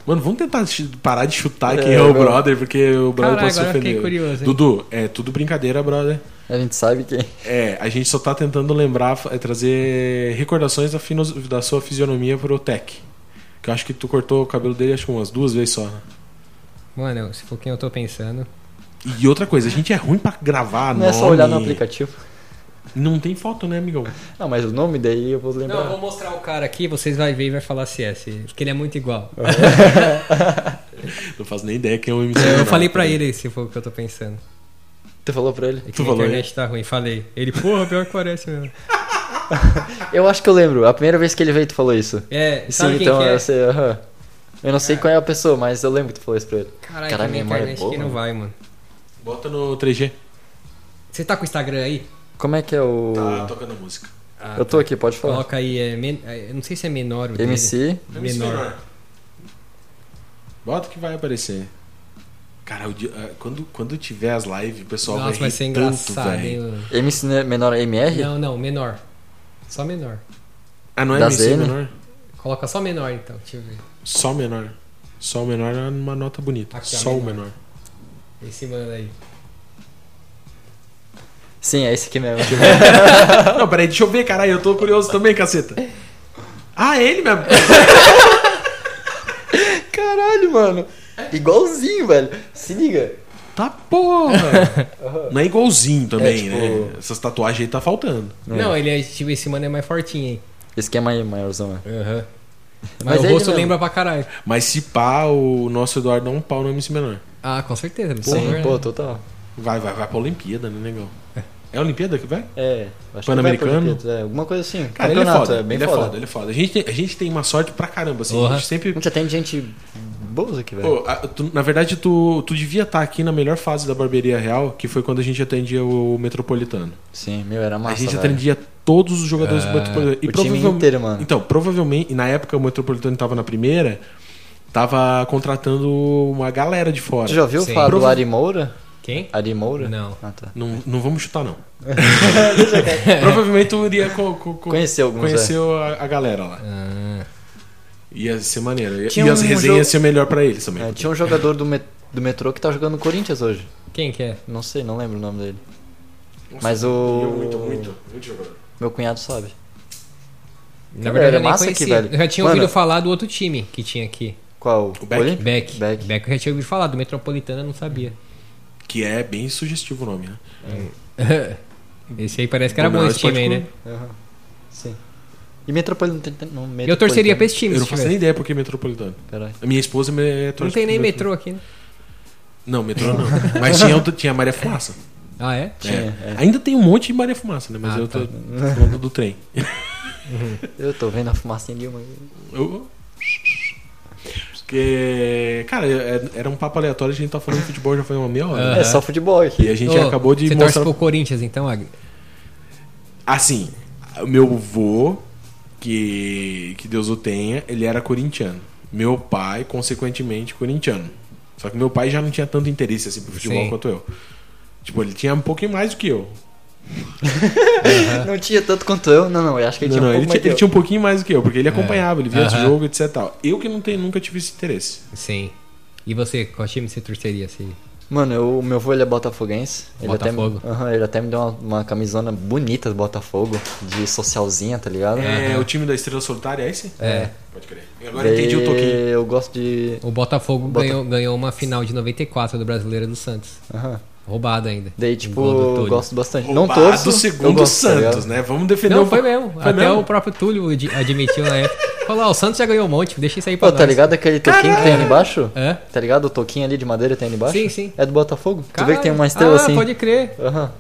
A: Mano, vamos tentar ch- parar de chutar
B: É,
A: quem é o
B: vamos.
A: brother, porque o brother
C: Caralho,
A: pode se
C: agora eu
A: ofender.
C: fiquei curioso, hein?
A: Dudu, é tudo brincadeira, brother.
B: A gente sabe quem.
A: É, a gente só tá tentando lembrar, fa- trazer recordações da, finos- da sua fisionomia pro Tech. Que eu acho que tu cortou o cabelo dele acho que umas duas vezes só. né?
C: Mano, se for quem eu tô pensando.
A: E outra coisa, a gente é ruim pra gravar,
B: Não é só
A: nome.
B: olhar no aplicativo.
A: Não tem foto, né, amigão?
B: Não, mas o nome daí eu vou
C: Não, eu
B: lembrar.
C: vou mostrar o cara aqui, vocês vão ver e vai falar se é, se- porque ele é muito igual.
A: Não faço nem ideia quem é o MC.
C: Eu
A: menor.
C: falei pra ele se for o que eu tô pensando.
B: Tu falou pra ele.
C: É que
A: Tu
C: a
A: falou,
C: internet tá ruim, falei. Ele, porra, pior que parece mesmo.
B: Eu acho que eu lembro. A primeira vez que ele veio, tu falou isso.
C: É, sabe
B: Sim,
C: quem
B: então
C: que é?
B: eu sei. aham. Eu não sei qual é a pessoa, mas eu lembro que tu falou isso pra ele.
C: Caralho,
B: Caralho, minha
C: minha
B: memória é
C: internet
B: boa,
C: que não
B: mano.
C: vai, mano.
A: Bota no 3G.
C: Você tá com o Instagram aí?
B: Como é que é o.
A: Tá tocando música.
C: Ah,
B: Eu tô aqui, pode falar.
C: Coloca aí, é, men- é, eu não sei se é menor o dele.
B: MC.
C: Menor.
A: Bota que vai aparecer. Cara, o dia- ah, quando, quando tiver as lives, o pessoal
C: Nossa,
A: vai
C: vai
A: rir
C: ser
A: tanto,
C: engraçado,
A: velho.
C: hein? mano?
B: MC né, menor MR?
C: Não, não, menor. Só menor.
A: Ah, não é
B: Da
A: MC
B: Z, né?
A: menor?
C: Coloca só menor então, deixa eu ver.
A: Só menor. Só o menor é uma nota bonita.
C: Aqui, ó,
A: Só o
C: menor.
A: menor.
C: Esse mano aí.
B: Sim, é esse aqui mesmo.
A: Não, peraí, deixa eu ver, caralho. Eu tô curioso também, caceta. Ah, é ele mesmo.
B: Caralho, mano. Igualzinho, velho. Se liga.
A: Tá porra. Não é igualzinho também,
B: É, tipo-
A: né? Essas tatuagens aí tá faltando.
C: Não, ele é, tipo, esse mano é mais fortinho, hein?
B: Esse aqui é mai- maiorzão, né?
C: Aham. Mas,
B: Mas
C: o
B: ele
C: rosto
B: mesmo.
C: lembra pra caralho.
A: Mas se pá, o nosso Eduardo dá um pau no MC menor.
C: Ah, com certeza. não tem
B: Sim,
C: dúvida,
B: pô,
C: né?
B: total.
A: Vai, vai, vai pra Olimpíada, né, negão? É a Olimpíada que vai?
B: É, acho
A: Pan-Americano?
B: que vai pro Olimpíada, é, alguma coisa assim.
A: Cara, ele é
B: Campeonato,
A: foda.
B: bem
A: ele
B: foda.
A: é foda, ele é foda. A gente tem, a gente tem uma sorte pra caramba, assim. A
C: Porra.
A: gente sempre.
B: Não, Já tem gente boa aqui, velho.
A: Pô, a- tu- na verdade, tu, tu devia estar aqui na melhor fase da barbearia real, que foi quando a gente atendia o Metropolitano.
B: Sim, meu, era massa,
A: a gente
B: velho. Ah,
A: atendia todos os jogadores do Metropolitano.
B: o time
A: provavelmente-
B: inteiro, mano.
A: Então, provavelmente, e na época o Metropolitano tava na primeira, tava contratando uma galera de fora.
B: Tu já ouviu
C: Sim.
B: falar do
A: Prova-
B: Ari Moura?
C: Quem?
B: Ari Moura?
C: Não.
B: Ah, tá.
A: Não, não vamos chutar, não. provavelmente tu iria co, co- co-
B: Conhecer alguns, é.
A: conheceu a, a galera lá.
C: Ah,
A: Ia ser maneiro. E,
B: Tinha
A: e as
B: um
A: resenhas
B: jogo-
A: iam ser melhor pra eles também.
B: É, tinha um jogador do, met- do metrô que tá jogando no Corinthians hoje.
C: quem que é?
B: Não sei, não lembro o nome dele.
A: Nossa,
B: Mas o.
A: muito jogador.
B: Meu cunhado sabe. Cara,
C: Na verdade,
B: era
C: eu nem
B: é massa aqui,
C: conhecia.
B: velho.
C: Eu já tinha
B: Mano-
C: ouvido falar do outro time que tinha aqui.
B: Qual?
A: O Beck?
B: Olímpia?
C: Beck.
B: Beck.
C: Beck. eu já tinha ouvido falar, do Metropolitana eu não sabia.
A: Que é bem sugestivo o nome, né?
C: Esse aí parece que era
B: é
A: Bom,
C: bom esse
A: Sport
C: time aí, né?
A: Clube.
B: Aham. Sim. E Metropolitano. não,
C: Eu torceria
B: Metropolitano.
C: pra esse time,
A: Eu não
C: se
A: faço nem
C: tivesse.
A: ideia porque é metropolitano.
B: Caralho.
A: A minha esposa me- é
C: Não
A: torce
C: tem
A: pro
C: nem metrô aqui, né?
A: Não, metrô não. Mas tinha, outro- tinha a Maria Fumaça.
C: Ah, é?
B: Tinha,
A: É.
B: é.
A: Ainda tem um monte de Maria Fumaça, né? Mas
C: Ah,
A: eu
C: tá.
A: tô, tô falando do trem.
B: Eu tô vendo a fumacinha ali, mano.
A: Eu- Porque, cara, é- era um papo aleatório, a gente tá falando de futebol já foi uma meia hora.
C: Aham.
B: É só futebol aqui.
A: E a gente
C: Ô,
A: acabou de
C: você
A: mostrar.
C: torce pro Corinthians, então, Agni?
A: Assim, o meu vô, que, que Deus o tenha, ele era corintiano. Meu pai, consequentemente, corintiano. Só que meu pai já não tinha tanto interesse assim pro futebol
C: Sim.
A: quanto eu. Tipo, ele tinha um pouquinho mais do que eu.
B: Não tinha tanto quanto eu. Não, não, eu acho que ele
A: Não,
B: tinha
A: não,
B: um
A: ele, tinha,
B: pouco mais que
A: ele
B: eu.
A: tinha um pouquinho mais do que eu, porque ele acompanhava, ele via esse
C: É. Aham.
A: jogo, etc. e Tal. Eu que não tenho, nunca tive esse interesse.
C: Sim. E você, qual time você torceria? assim? Se...
B: Mano, eu- o meu avô ele é botafoguense. Ele
C: Botafogo.
B: Até, me- Aham, ele até me deu uma, uma camisona bonita do Botafogo, de socialzinha, tá ligado?
A: É, o time da Estrela Solitária é esse?
C: É.
A: Pode crer. Agora entendi o toquinho.
B: Eu gosto de.
C: O Botafogo
B: Bota-
C: Ganhou, ganhou uma final de 94 do Brasileiro do Santos.
B: Aham.
C: Roubada ainda.
B: Daí,
C: Um
B: tipo,
C: gol do
B: eu
C: Túlio.
B: gosto bastante. não
A: Roubado
B: todos. eu
A: segundo o
B: gosto, tá ligado?
A: Santos, né? Vamos defender
C: Não,
A: o
C: foi mesmo.
A: Foi
C: Até
A: mesmo?
C: o próprio Túlio ad- admitiu na época. Falou, ah, o Santos já ganhou um monte, deixa isso aí pra
B: Pô,
C: nós. É?
B: tá ligado aquele toquinho que tem ali embaixo?
C: Hã?
B: Tá ligado? O toquinho ali de madeira que tem ali embaixo?
C: Sim, sim.
B: É do Botafogo? Tu vê
C: Caralho.
B: que tem uma estrela
C: ah,
B: assim.
C: pode crer.
B: Aham.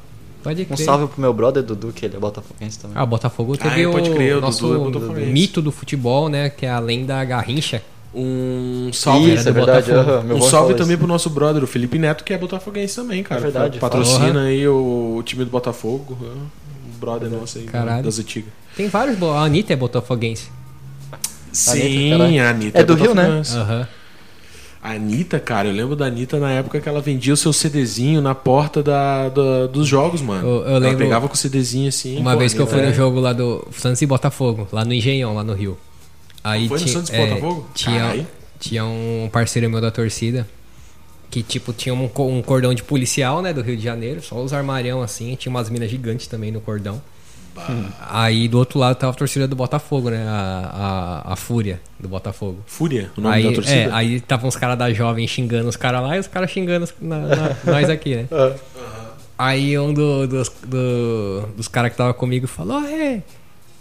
C: Pode crer.
B: Um salve pro meu brother Dudu, que ele é botafoguense também.
C: Ah, o Botafogo teve
A: Ah, pode crer, o
C: o nosso
A: Dudu é botafoguense.
C: mito do futebol, né? Que é a lenda Garrincha.
A: Um salve.
B: Isso, é
C: né, do
B: verdade.
C: Botafogo.
B: aham, meu
A: um
B: avô
A: salve
B: fala
A: também
B: isso.
A: pro nosso brother, o Felipe Neto, que é botafoguense também, cara.
B: É verdade,
A: Patrocina
C: fala.
A: aí o, o time do Botafogo. Um brother nosso aí,
C: Caralho.
A: das antigas.
C: Tem vários. bo- A Anitta é botafoguense.
A: Sim,
B: caralho.
A: a Anitta.
B: É do Rio, né?
A: botafoguense.
C: Aham.
A: A Anitta, cara, eu lembro da Anitta na época que ela vendia o seu CDzinho na porta da, da- dos jogos, mano.
C: Eu- eu
A: Ela
C: lembro-
A: pegava com o CDzinho assim.
C: Uma
A: pô,
C: vez que eu
A: Anitta
C: fui
A: é-
C: no jogo lá do Santos e Botafogo, lá no Engenhão, lá no Rio. Aí
A: Foi no
C: ti-
A: Santos e
C: é,
A: Botafogo? Caralho.
C: Tinha, tinha um parceiro meu da torcida que, tipo, tinha um, co- um cordão de policial, né, do Rio de Janeiro, só os armarião assim, tinha umas minas gigantes também no cordão. Aí do outro lado tava a torcida do Botafogo, né? A, a, a Fúria do Botafogo.
A: Fúria, o nome
C: aí,
A: da torcida.
C: É, aí estavam os caras da jovem xingando os caras lá e os caras xingando os- na- na- nós aqui, né? Aí um do- dos, do- dos caras que tava comigo falou, é,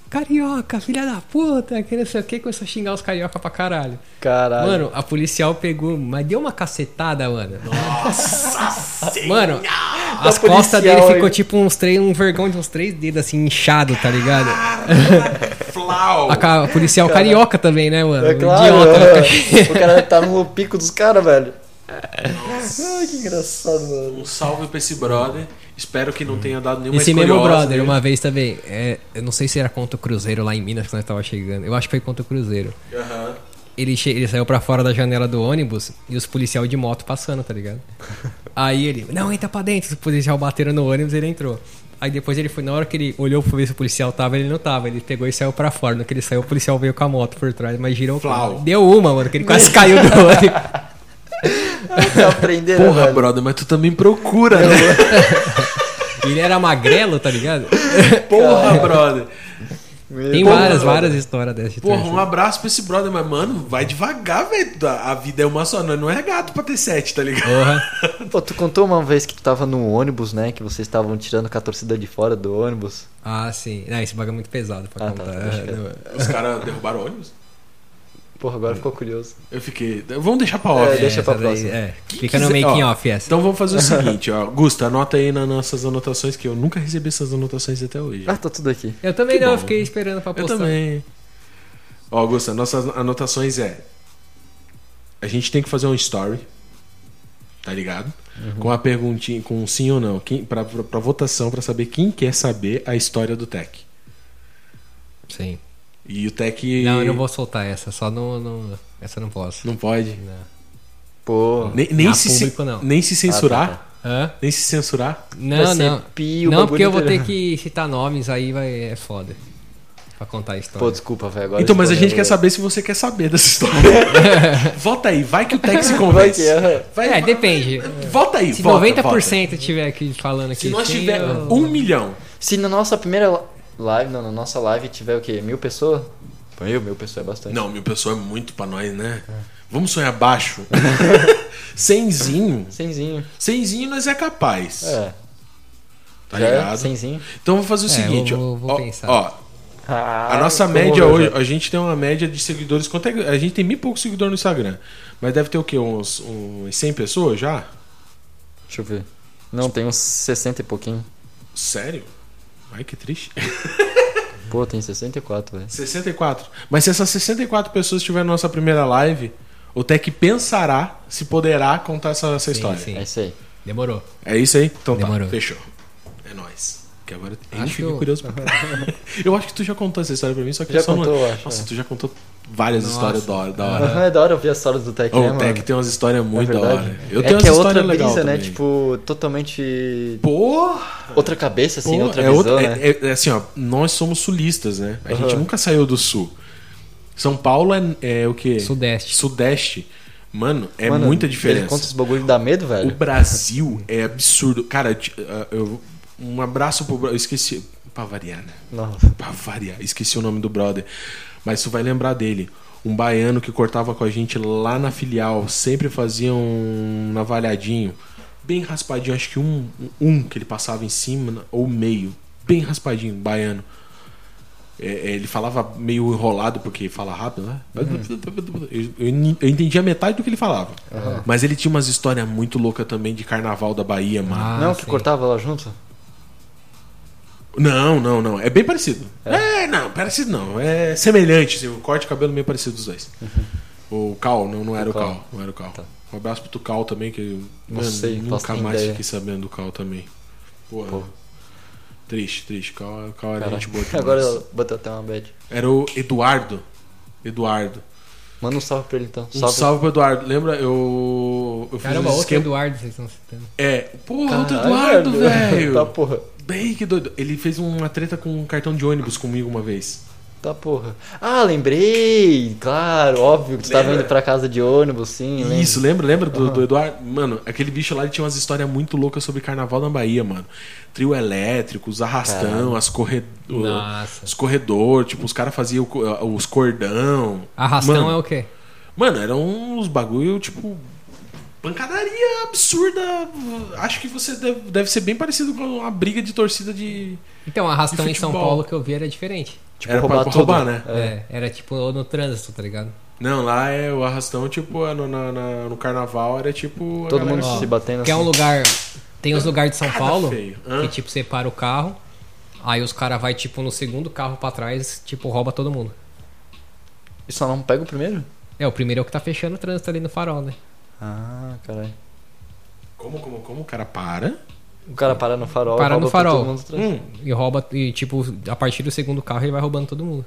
C: carioca, filha da puta, que não sei o que, começou a xingar os carioca pra caralho.
B: Caralho.
C: Mano, a policial pegou, mas deu uma cacetada, mano. Nossa Mano, as
B: policial,
C: costas dele ficou
B: hein?
C: tipo uns três, um vergão de uns três dedos assim, inchado, tá ligado?
A: Flau!
C: A ca- policial carioca também, né, mano?
B: é claro.
C: Idiota, né?
B: aham. o cara tá no pico dos caras, velho. Ai, que engraçado, mano.
A: Um salve pra esse brother. Espero que não tenha dado nenhuma
C: Esse mesmo
A: escoliose
C: brother,
A: nele.
C: uma vez também, é, eu não sei se era contra o Cruzeiro lá em Minas quando eu tava chegando. Eu acho que foi contra o Cruzeiro.
A: Aham.
C: Ele, che- ele saiu pra fora da janela do ônibus e os policial de moto passando, tá ligado? Aí ele, não, entra pra dentro. Os policial bateram no ônibus ele entrou. Aí depois ele foi, na hora que ele olhou pra ver se o policial tava, ele não tava. Ele pegou e saiu pra fora. No que ele saiu, o policial veio com a moto por trás, mas girou. o
A: Flau.
C: carro. Deu uma, mano, que ele quase caiu do ônibus.
B: Tá aprendendo,
A: Porra,
B: velho.
A: brother, mas tu também procura, né?
C: E ele era magrelo, tá ligado?
A: Porra, brother.
B: Meu
C: Tem
B: Deus.
C: várias, várias histórias dessas. de
A: Porra,
C: trecho.
A: um abraço pra esse brother, mas, mano, vai devagar, velho. A a vida é uma só, nós não é gato pra ter sete, tá ligado?
C: Porra.
B: Pô, tu contou uma vez que tu tava no ônibus, né? Que vocês estavam tirando com a torcida de fora do ônibus.
C: Ah, sim. Não, esse bagulho é muito pesado pra
B: Ah, tá,
C: contar.
B: deixa quieto.
C: Não,
A: Os caras derrubaram ônibus?
B: Porra, agora ficou curioso.
A: Eu fiquei. Vamos deixar pra off.
B: É, deixa
C: essa
B: pra
C: daí,
B: próxima.
C: é.
A: Quem
C: Fica no
A: quiser-
C: making
A: ó,
C: off essa.
A: Então vamos fazer o seguinte, ó. Gusta, anota aí nas nossas anotações, que eu nunca recebi essas anotações até hoje.
B: Ah, tá tudo aqui.
C: eu também
A: que
C: não,
A: bom.
C: eu fiquei esperando pra
A: Eu
C: postar.
A: também. Ó, Gusta, nossas anotações é. A gente tem que fazer um story. Tá ligado?
B: Uhum.
A: Com a perguntinha, com um sim ou não. Quem, pra, pra, pra votação, pra saber quem quer saber a história do Tech.
C: Sim.
A: E o Tech.
C: Não, eu não vou soltar essa, só não. não- essa eu não posso.
A: Não pode. né?
B: Pô.
A: Nem, nem
C: Ah,
A: se,
C: público,
A: cen-
C: não.
A: nem se censurar.
B: Ah, tá,
C: Hã?
A: Nem se censurar.
C: Não,
B: ser
C: não.
B: pi o
C: não, porque eu vou
B: bagulho
C: ter
B: inteiro.
C: que citar nomes aí, vai, é foda. Pra contar a história.
B: Pô, desculpa, velho. agora
A: então, mas a
B: escolheu-
A: gente quer saber se você quer saber dessa história. Vota aí, vai que o Tech se
B: Vai que
A: convence.
B: é.
A: Vai,
C: é,
A: vai-
C: depende.
A: Vota aí,
C: Se
A: vota,
C: 90% tiver aqui
A: vota.
C: falando aqui.
A: Se nós
C: sim,
A: tiver
C: eu-
A: um milhão,
B: Se na nossa primeira la- live, não, na nossa live tiver o quê? Mil pessoas? Pô, eu, mil pessoas é bastante.
A: Não, mil pessoas é muito pra nós, né? Vamos sonhar baixo. Cenzinho.
B: Cenzinho.
A: Cenzinho nós é capaz.
B: É.
A: Tá
B: já
A: ligado?
B: É, cenzinho.
A: Então vamos fazer o
C: É,
A: seguinte,
C: eu
A: ó.
C: vou- vou
A: ó,
C: pensar.
A: ó, a
B: Ah,
A: nossa
B: como
A: média
B: eu
A: hoje,
B: já-
A: a gente tem uma média de seguidores. Quanto é, que- a gente tem mil e poucos seguidores no Instagram. Mas deve ter o quê? Uns, uns 100 pessoas já?
B: Deixa eu ver. Não, tem uns 60 e pouquinho.
A: Sério? Ai, que triste.
B: Pô, tem 64, velho.
A: 64. Mas se essas 64 pessoas estiverem na nossa primeira live, o Tech pensará se poderá contar essa, essa história.
B: É
C: Sim, sim.
B: isso aí.
C: Demorou.
A: É isso aí? Então
C: Demorou.
A: tá, fechou. É nóis. Que agora a gente
C: Acho que
A: fica
C: eu-
A: curioso pra caralho. Eu acho que tu já contou essa história pra mim, só que
B: Já
A: eu só
B: contou,
A: não...
B: eu acho,
A: Nossa,
B: é.
A: tu já contou várias
C: Nossa.
A: histórias da hora. Da hora.
B: Aham, é da hora ouvir as histórias do Tech,
A: Ô,
B: né,
A: o
B: mano?
A: Tech tem umas histórias muito da
B: verdade.
A: hora. Eu
B: é
A: tenho umas
B: que é outra
A: histórias
B: brisa,
A: legais
B: né?
A: também.
B: Tipo, totalmente.
A: Porra!
B: Outra cabeça, assim,
A: Pô,
B: outra
A: é,
B: visão,
A: outra-
B: né?
A: é- é- é assim, ó, nós somos sulistas, né? A gente
B: Aham.
A: nunca saiu do sul. São Paulo é, é o quê?
C: Sudeste.
A: Sudeste. Mano, é
B: Mano,
A: muita
B: Ele
A: diferença.
B: conta os bagulho dá medo,
A: O
B: velho.
A: Brasil é absurdo. Cara, t- ah, eu- um abraço pro Brasil. Esqueci. Pra variar, né?
B: Nossa.
A: Pra variar. Esqueci o nome do brother. Mas tu vai lembrar dele. Um baiano que cortava com a gente lá na filial. Sempre fazia um navalhadinho. Bem raspadinho. Acho que um, um que ele passava em cima né, ou meio. Bem raspadinho, um baiano. É, é, ele falava meio enrolado porque fala rápido, né? Eu, eu ni- eu entendia metade do que ele falava. Mas ele tinha umas histórias muito loucas também de carnaval da Bahia, mano.
C: Ah,
B: não, que
C: sim.
B: cortava lá junto?
A: Não, não, não. É bem parecido. É, não, parecido não. É semelhante, assim, o corte de cabelo meio parecido dos dois. O Cal, não, não era o
B: Uhum. O Cal. Tá.
A: Cal. Não era o Cal. Um abraço pro Cal também, que
B: Não
A: mano,
B: sei,
A: nunca
B: faço nem
A: mais
B: ideia.
A: fiquei sabendo do Cal também. Porra.
B: Pô.
A: Triste, triste. Cal, Cal era
B: Caraca.
A: gente boa demais.
B: Agora bateu até uma bad.
A: Era o Eduardo. Eduardo.
B: Manda um salve pra ele então.
A: Um salve pro Eduardo. Lembra? Eu. Eu fiz
C: Caramba,
A: um
C: outro
A: esquema.
C: Eduardo, vocês estão citando.
A: É. Porra, outro
B: Caralho,
A: Eduardo, velho.
B: Tá porra.
A: Bem que doido. Ele fez uma treta com um cartão de ônibus comigo uma vez.
B: Tá porra. Ah, lembrei! Claro, óbvio que tu tava
A: Lembra?
B: indo pra casa de ônibus, sim. lembro.
A: Isso, lembra? Lembra do, do Eduardo? Mano, aquele bicho lá ele tinha umas histórias muito loucas sobre carnaval na Bahia, mano. Trio elétrico, os arrastão, as corredor,
C: Nossa.
A: os corredor, tipo, os caras faziam o co- os cordão.
C: Arrastão
A: mano,
C: é o quê?
A: Mano, eram uns bagulho, tipo, pancadaria absurda. Acho que você deve, deve ser bem parecido com uma briga de torcida de...
C: Então, arrastão
A: de
C: em São
A: futebol.
C: Paulo que eu vi era diferente.
B: Tipo,
A: era pra-
B: roubar
A: pra
B: tudo.
A: roubar, né?
C: É, era tipo no trânsito, tá ligado?
A: Não, lá é o arrastão, tipo, é no, na- na- no carnaval era tipo... a
B: Todo
A: galera-
B: mundo
C: Ó,
B: se batendo
C: Que é um
B: assim.
C: lugar. Tem uns lugares de São
A: Cada
C: Paulo
A: feio. Hã?
C: que tipo separa o carro, aí os caras vai tipo no segundo carro pra trás, tipo rouba todo mundo.
B: E só não pega o primeiro?
C: É, o primeiro é o que tá fechando o trânsito ali no farol, né?
B: Ah, caralho.
A: Como, como, como? O cara para.
B: O cara para no farol,
C: Para
B: rouba
C: no
B: pra
C: farol.
B: todo mundo atrás.
A: Hum,
C: E rouba, e tipo, a partir do segundo carro ele vai roubando todo mundo.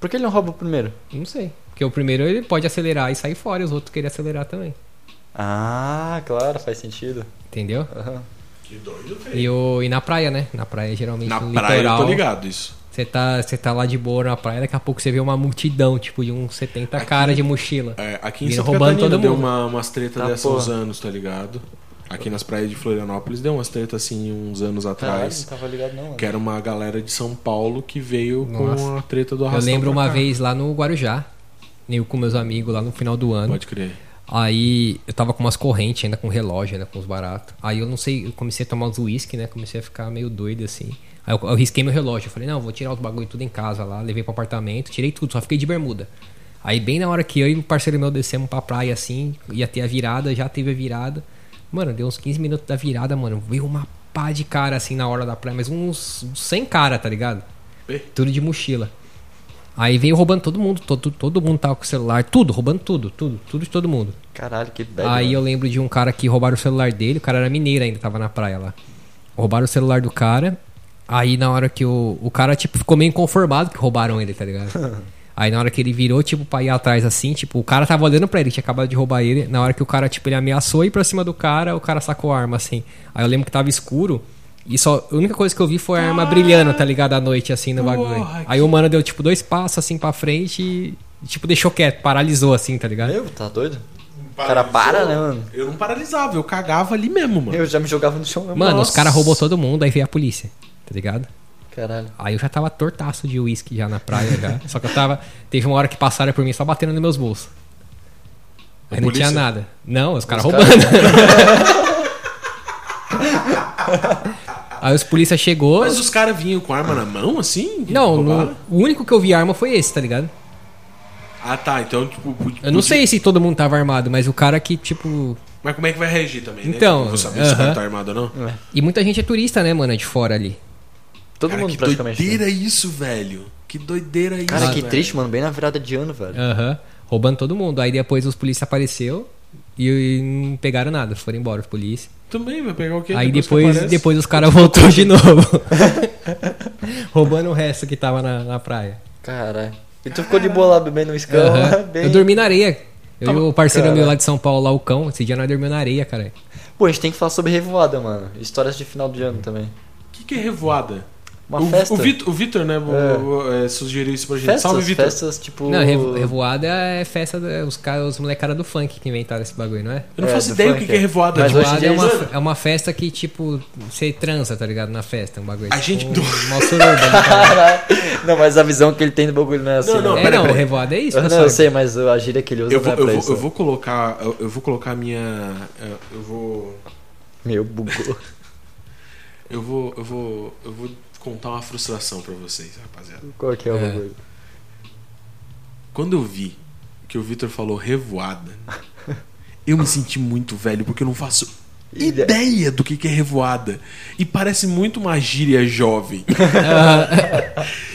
B: Por que ele não rouba o primeiro?
C: Não sei. Porque o primeiro ele pode acelerar e sair fora, e os outros querem acelerar também.
B: Ah, claro, faz sentido.
C: Entendeu?
B: Aham.
A: que doido, velho.
C: E, o, e na praia, né? Na praia, geralmente
A: Na
C: no
A: praia eu
C: litoral.
A: tô ligado isso.
C: Você tá, você tá lá de boa na praia, daqui a pouco você vê uma multidão, tipo, de uns 70 cara de mochila.
A: É, aqui em
C: Vira
A: Santa
C: roubando
A: Catarina
C: todo
A: deu
C: mundo.
A: uma, umas tretas
B: Tá,
A: dessas
B: porra.
A: uns anos, tá ligado? Aqui nas praias de Florianópolis deu umas tretas assim uns anos
B: Caralho,
A: atrás.
B: não tava ligado não. mano.
A: Que era uma galera de São Paulo que veio com
C: Nossa.
A: a treta do
C: Eu
A: arrastão.
C: lembro
A: pra
C: uma
A: cá.
C: vez lá no Guarujá, eu com meus amigos lá no final do ano.
A: Pode crer.
C: Aí eu tava com umas correntes ainda, com relógio, ainda com os baratos. Aí eu não sei, eu comecei a tomar uns uísque, né? Comecei a ficar meio doido assim. Aí eu, eu risquei meu relógio. Eu falei, não, vou tirar os bagulho tudo em casa lá. Levei pro apartamento, tirei tudo, só fiquei de bermuda. Aí bem na hora que eu e o parceiro meu descemos pra praia assim, ia ter a virada, já teve a virada. Mano, deu uns 15 minutos da virada, mano. Veio uma pá de cara assim na hora da praia, mas uns 100 cara, tá ligado?
A: Ih.
C: Tudo de mochila. Aí veio roubando todo mundo, todo, todo mundo tava com o celular, tudo, roubando tudo, tudo, tudo de todo mundo.
B: Caralho, que bad.
C: Aí
B: mano.
C: eu lembro de um cara que roubaram o celular dele, o cara era mineiro ainda, tava na praia lá. Roubaram o celular do cara. Aí na hora que o, o cara, tipo, ficou meio inconformado que roubaram ele, tá ligado? Aí na hora que ele virou, tipo, pra ir atrás assim, tipo, o cara tava olhando pra ele, tinha acabado de roubar ele. Na hora que o cara, tipo, ele ameaçou ir pra cima do cara, o cara sacou a arma, assim. Aí eu lembro que tava escuro. E só, a única coisa que eu vi foi a arma brilhando, tá ligado? À noite, assim, no bagulho.
A: Porra,
C: Aí o mano deu, tipo, dois passos, assim, pra frente e, tipo, deixou quieto, paralisou, assim, tá ligado?
B: Meu, tá doido? O cara para, né, mano?
A: Eu não paralisava, eu cagava ali mesmo, mano.
B: Eu já me jogava no chão. né,
C: Mano,
A: Nossa.
C: os caras roubou todo mundo, aí veio a polícia, tá ligado?
B: Caralho.
C: Aí eu já tava tortaço de uísque já na praia já. só que eu tava. Teve uma hora que passaram por mim só batendo nos meus bolsos.
A: A
C: Aí não
A: polícia?
C: tinha nada. Não, os caras roubando. aí os polícia chegou.
A: Mas os caras vinham com arma na mão, assim? que
C: Não,
A: roubaram?
C: no- o único que eu vi arma foi esse, tá ligado?
A: Ah, tá. Então, tipo... podia-
C: Eu não sei se todo mundo tava armado, mas o cara que, tipo.
A: Mas como é que vai reagir também, né?
C: Então,
A: Eu vou saber se o cara
C: aham.
A: tá armado ou não.
C: E muita gente é turista, né, mano? De fora ali.
B: Todo
A: Cara,
B: mundo
A: que
B: praticamente. né?
A: doideira isso, velho. Que doideira isso,
B: Cara, que
A: velho.
B: triste, mano. Bem na virada de ano, velho.
C: Aham. Roubando todo mundo. Aí depois os polícia apareceu e, e não pegaram nada. Foram embora os polícia.
A: Também vai pegar o quê?
C: Aí
A: que
C: depois,
A: aparece?
C: depois os caras voltou de novo. Roubando o resto que tava na, na praia.
B: Caralho. E tu ficou de boa lá bebendo um escão?
C: Aham.
B: Bem...
C: Eu dormi na areia. Eu e o parceiro
B: Cara.
C: meu lá de São Paulo, lá o cão, esse dia nós dormimos na areia, cara.
B: Pô, a gente tem que falar sobre revoada, mano. Histórias de final de ano também.
A: O que, que é revoada?
B: Uma
A: o,
B: festa.
A: O Vitor, o Vitor, né, o-
B: É.
A: o- é, sugeriu isso pra gente.
B: Festas,
A: Salve, Vitor.
B: festas, tipo...
C: Não, revo- revoada é festa dos caras, os molecada do funk que inventaram esse bagulho, não é?
A: Eu não
B: É,
A: faço
B: do
A: ideia o
B: funk,
A: que, que é
B: é.
A: revoada.
B: Mas hoje em
C: Revoada
B: dia
C: é uma,
B: eles-
C: é uma festa que, tipo, você transa, tá ligado? Na festa, um bagulho.
A: A gente-
C: Tipo, uma suruba, né, cara?
B: Caralho. Não, mas a visão que ele tem do bagulho não é assim,
A: Não, não,
B: né?
C: É,
A: pera,
C: não,
A: pera.
C: revoada é isso,
B: Eu não,
C: pessoal.
B: eu sei, mas a gíria que ele usa
A: Eu
B: não
A: vou,
B: é
A: eu,
B: pra
A: vou,
B: isso.
A: eu vou colocar... Eu, eu vou colocar a minha... é, Eu vou...
B: Meu, bugou.
A: Eu vou... Eu vou... Eu vou contar uma frustração pra vocês, rapaziada.
B: Qual que é o
C: É.
B: bagulho?
A: Quando eu vi que o Vitor falou revoada, eu me senti muito velho, porque eu não faço
B: Ideia.
A: ideia do que que é revoada. E parece muito uma gíria jovem.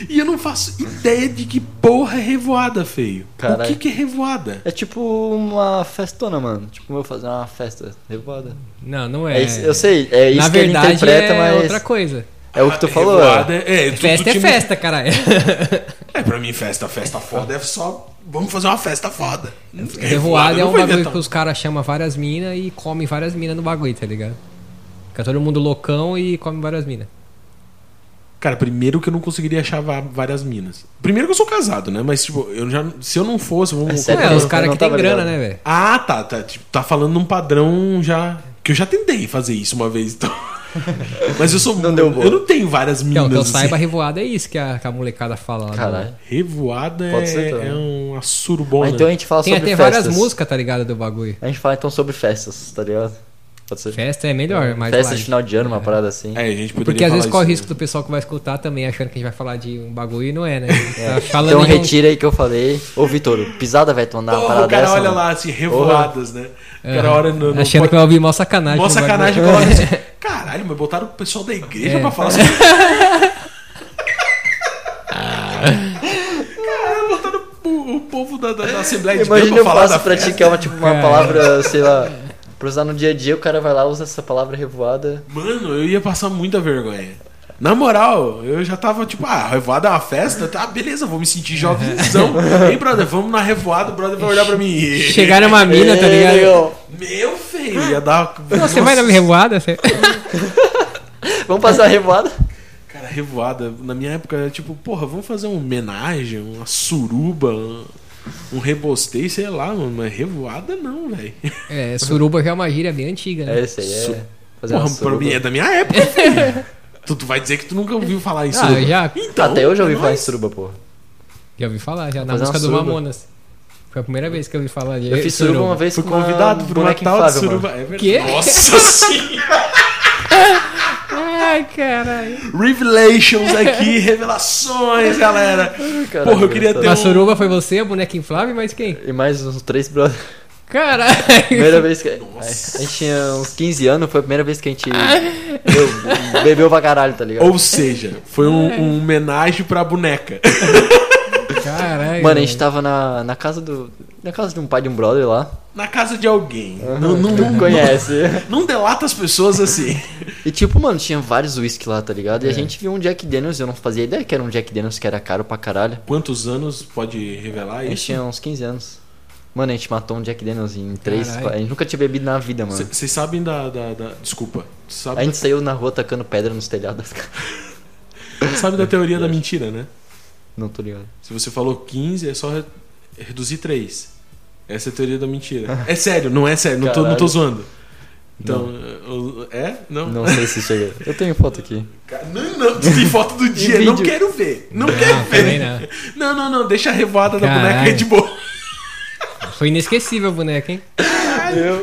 A: e eu não faço ideia de que porra é revoada, feio. O
B: Caralho.
A: que, que é revoada?
B: É tipo uma festona, mano. Tipo, eu vou fazer uma festa revoada.
C: Não, não é.
B: É isso- eu sei, é isso
C: Na
B: que ele
C: verdade,
B: interpreta,
C: é
B: mas...
C: outra coisa.
B: É o que tu falou,
A: Revoada
B: é.
A: é, é, tu-
C: Festa
A: tu
C: é
A: te-
C: festa, caralho.
A: É, pra mim, festa, festa foda é só. Vamos fazer uma festa foda.
C: Revoada é
A: não
C: um
A: foi
C: bagulho
A: inventar
C: que os caras chamam várias minas e come várias minas no bagulho, tá ligado? Fica todo mundo loucão e come várias minas.
A: Cara, primeiro que eu não conseguiria achar va- várias minas. Primeiro que eu sou casado, né? Mas, tipo, eu já. Se eu não fosse, vamos.
B: É sério?
C: é, os
B: eu
C: caras
B: não
C: que tem
B: tava
C: grana,
B: ligado.
C: né, velho?
A: Ah, tá. Tá, tipo, tá falando num padrão já. Que eu já tentei fazer isso uma vez, então. Mas eu sou.
B: Não deu boa.
A: Eu não tenho várias minas.
C: Então, que eu
A: assim.
C: saiba, revoada é isso que a, que a molecada fala. lá,
B: Caralho.
C: né?
A: Revoada é,
B: Pode ser também.
A: é uma surubona.
B: Mas então a gente fala
C: Tem
B: sobre
C: até
B: festas.
C: várias músicas, tá ligado, do bagulho.
B: A gente fala então sobre festas, tá ligado? Pode ser.
C: Festa é melhor, mas...
B: Festa de final de ano, uma parada assim.
A: É, a gente poderia
C: Porque às
A: falar
C: vezes corre o
A: isso,
C: risco do pessoal que vai escutar também, achando que a gente vai falar de um bagulho e não é, né? Tá falando
B: Então
C: em um-
B: retira aí que eu falei. Ô, Vitor, pisada, velho, tu andar
A: Né?
B: uma
A: Porra,
B: parada
A: o cara
B: dessa.
A: olha
B: mano.
A: lá, assim, revoadas, né? O cara olha no. no
C: É. Achando que vai ouvir mó sacanagem.
A: Mó
C: no bagulho.
A: sacanagem coloca isso. Caralho, mas botaram o pessoal da igreja
C: É.
A: pra falar sobre. Caralho, Ah. botaram o, o, povo da, da, da Assembleia É de Deus
B: Imagina
A: pra
B: eu
A: falar da
B: posso
A: festa.
B: praticar uma, tipo, uma
C: Cara.
B: palavra, sei lá, pra usar no dia a dia, o cara vai lá usa essa palavra revoada.
A: Mano, eu ia passar muita vergonha. Na moral, eu já tava tipo, ah, revoada é uma festa? Tá, beleza, vou me sentir jovenzão. Ei, brother, vamos na revoada, o brother vai olhar pra mim. e-
C: Chegaram uma mina, tá
B: Ei,
C: ligado?
B: ó,
A: Meu, feio, ia dar.
C: Não, você vai na minha revoada? Você...
B: Vamos passar a revoada?
A: Cara, revoada, na minha época era tipo, porra, vamos fazer uma homenagem, uma suruba, um, um rebosteio, sei lá, mano, mas revoada não, velho.
C: É, suruba já é uma gíria bem antiga, né?
B: É esse aí,
A: Su-
B: é. Fazer uma
A: Porra, pra
B: suruba.
A: mim é da minha época, filho. tu, tu vai dizer que tu nunca ouviu falar em
C: ah,
A: suruba.
C: eu já,
A: Então,
B: Tá, Até eu já ouvi
A: é
B: falar em
A: nóis.
B: suruba, porra.
C: já ouvi falar, já
B: Fazer
C: na
B: uma
C: música do
B: suruba.
C: Mamonas. Foi a primeira vez que eu ouvi falar de
B: Eu fiz suruba uma vez
A: Fui
B: com uma
A: convidado por uma
B: boneca
A: tal de
B: inflável,
A: suruba.
B: mano.
A: É verdade.
C: Quê?
A: Nossa senhora!
C: Ai, caralho.
A: Revelations aqui, revelações, galera.
B: Ai, caralho,
A: Porra, eu queria ter
B: engraçado.
C: A suruba foi você, a boneca inflável, mas quem?
B: E mais uns três brothers.
C: Caralho.
B: Primeira vez que. A gente tinha uns 15 anos, foi a primeira vez que a gente. Meu, bebeu pra caralho, tá ligado?
A: Ou seja, foi um, um homenagem pra boneca.
C: Caralho.
B: Mano, a gente tava na, na casa do. Na casa de um pai de um brother lá.
A: Na casa de alguém. Não, não,
B: Tu
A: não,
B: conhece.
A: não delata as pessoas assim.
B: E tipo, mano, tinha vários whisky lá, tá ligado?
C: É.
B: E a gente viu um Jack Daniels, eu não fazia ideia que era um Jack Daniels que era caro pra caralho.
A: Quantos anos pode revelar
B: A gente
A: isso?
B: tinha uns 15 anos. Mano, a gente matou um Jack Daniels em três.
C: Caralho.
B: A gente nunca tinha bebido na vida, mano.
A: Vocês sabem da, da, da- Desculpa.
B: A
A: Sabe,
B: gente saiu na rua tacando pedra nos telhados das casas.
A: sabe da teoria da mentira, né?
B: Não tô ligado.
A: Se você falou 15, é só re- reduzir 3. Essa é a teoria da mentira. É sério, não é sério, não tô, não tô
B: Caralho.
A: zoando. Então, eu- é? Não?
B: Não sei se chega. Eu tenho foto aqui.
A: Ca- Não, não, tu tem foto do dia, não
B: vídeo.
A: quero ver. Não, quero
C: Não, também
A: ver. Não,
C: não.
A: não, não, deixa a revoada da
C: Caralho.
A: boneca aí de boa.
C: Foi inesquecível a boneca, hein?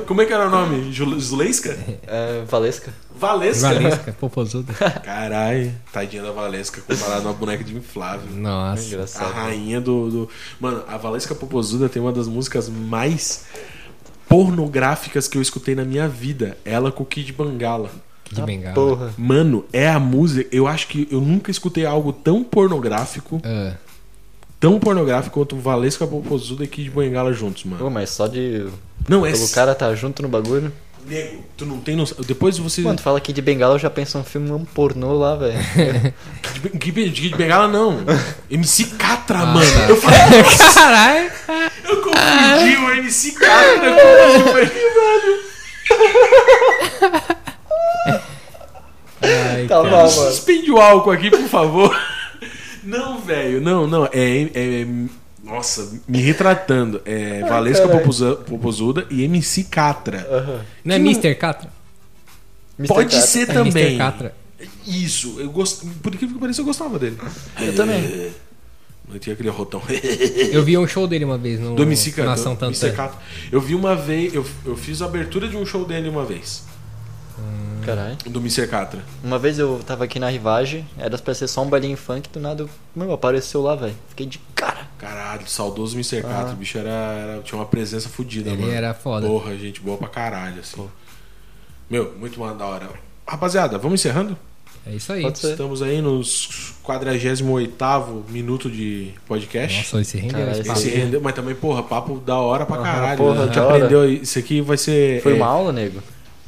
A: Como é que era o nome? Jul- Zuleiska?
B: É, Valesca.
A: Valesca.
C: Valesca, popozuda.
A: Caralho, tadinha da Valesca comparada a uma boneca de inflável.
C: Nossa.
A: A
B: É Engraçado.
A: rainha do, do- Mano, a Valesca Popozuda tem uma das músicas mais pornográficas que eu escutei na minha vida. Ela com o Kid Bengala.
C: Que de bengala.
B: Porra.
A: Mano, é a música. Eu acho que eu nunca escutei algo tão pornográfico,
C: Ah,
A: tão pornográfico quanto Valesca Popozuda e Kid Bengala juntos, mano.
B: Pô, mas só de.
A: Não, é.
B: Pelo cara tá junto no bagulho.
A: Nego, tu não tem noção. Depois você.
B: Mano, tu fala aqui de bengala, eu já penso um filme um pornô lá, velho.
A: Kid, Kid, Kid Bengala não. MC Catra,
C: Ah,
A: mano.
C: tá.
A: Eu falei,
C: Caralho.
A: eu confundi o MC Catra com o Kid Bengala.
C: Ai,
B: Tá
C: cara.
B: bom, mano.
A: Suspende o álcool aqui, por favor. Não, velho, não, não. É, é- é- Nossa, me retratando. É Valesca
B: caralho.
A: Popozu- Popozuda e MC Catra.
C: Não é
A: Que não-
C: Mr. Catra?
B: Mr.
A: Pode
B: Catra.
A: ser
C: É
A: também.
C: Mr. Catra.
A: Isso, eu gosto. Por incrível que pareça, eu gostava dele.
C: é
B: Eu também.
A: Eu tinha aquele rotão.
C: Eu vi um show dele uma vez no
A: Do MC
C: na
A: Catra.
C: Ação
A: MC
C: Tantã.
A: Catra. Eu vi uma vez, eu, eu fiz a abertura de um show dele uma vez,
B: Caralho.
A: do Mr. Catra.
B: Uma vez eu tava aqui na rivagem, era pra ser só um bailinho funk, do nada, meu, apareceu lá, velho. Fiquei de cara.
A: Caralho, saudoso Mr. Catra. O bicho era, era- tinha uma presença fodida,
C: Ele
A: mano.
C: era foda.
A: Porra, gente boa pra caralho, assim. Meu, muito mais da hora. Rapaziada, vamos encerrando?
C: É isso aí.
B: Pode ser.
A: Estamos aí nos 48 minuto de podcast.
C: Nossa, esse rendeu
B: Caralho,
C: esse
B: esse
C: papo.
A: Esse rendeu, mas também, porra, papo da hora pra
B: Aham,
A: caralho.
B: porra,
A: a gente
B: da hora.
A: aprendeu. Isso aqui vai ser.
B: Foi
A: é,
B: uma aula, nego?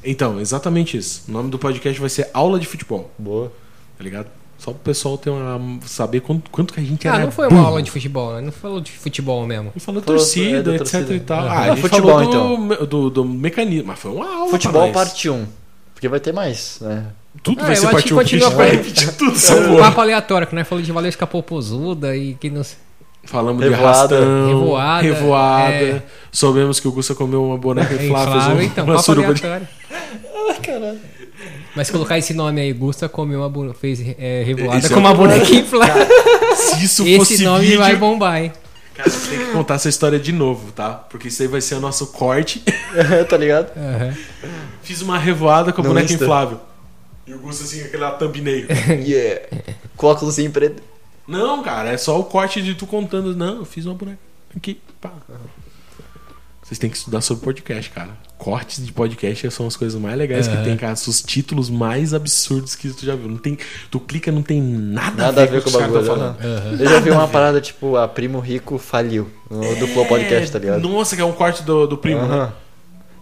A: Então, exatamente isso. O nome do podcast vai ser Aula de Futebol,
B: Boa.
A: tá ligado? Só pro pessoal ter uma, saber quanto, quanto que a gente
C: Ah,
A: era
C: não foi uma
A: burro.
C: aula de futebol, né? Não falou de futebol mesmo.
A: Não falou
B: Falou, é,
A: torcida,
B: da
A: etc
B: torcida.
A: e tal.
C: Aham.
A: Ah, a
B: Mas
A: gente
B: futebol, então.
A: falou do, do, do mecanismo. Mas foi uma aula
B: Futebol
A: pra nós. É,
B: parte 1. Porque vai ter mais, né?
A: Tudo
C: Ah,
A: vai
C: eu
A: ser
C: acho
A: parte
B: um
C: que
A: 1. A gente
C: continua
A: vai
C: pra-
A: repetir
B: É.
A: tudo, essa
C: Um
A: porra.
C: papo aleatório, que nós falamos de Valesca Popozuda e que não sei.
A: Falamos de
B: Revoada.
A: arrastão, revoada.
C: Revoada, é.
A: Soubemos que o Gusta comeu uma boneca
C: É
A: inflável,
C: inflável,
A: uma,
C: então,
A: um- uma
C: papo
A: suruba de...
C: aleatório.
B: Ah,
C: Mas colocar esse nome aí, Gusta comeu uma bo- fez é, revoada
A: Esse é
C: com uma
A: o-
C: boneca inflável.
A: Se isso fosse
C: Esse nome
A: vídeo...
C: vai bombar, hein?
A: Cara, você tem que contar essa história de novo, tá? Porque isso aí vai ser o nosso corte.
B: tá ligado?
C: Aham.
A: Fiz uma revoada com a
B: No
A: boneca
B: Insta.
A: inflável. E o Gusta assim, aquela thumbnail.
B: Yeah. Com óculosinho preto.
A: Não, cara, é só o corte de tu contando. Não, eu fiz uma boneca. Aqui, pá. Vocês têm que estudar sobre podcast, cara. Cortes de podcast são as coisas mais legais que tem, cara. Os títulos mais absurdos que tu já viu. Não tem, tu clica, não tem nada,
B: Nada a ver com o
A: os caras tá
B: bagulho.
A: tão
B: né? Eu já vi uma parada tipo, a Primo Rico faliu no duplo podcast, tá ligado?
A: Nossa, que é um corte do, do primo. né?
B: Aham.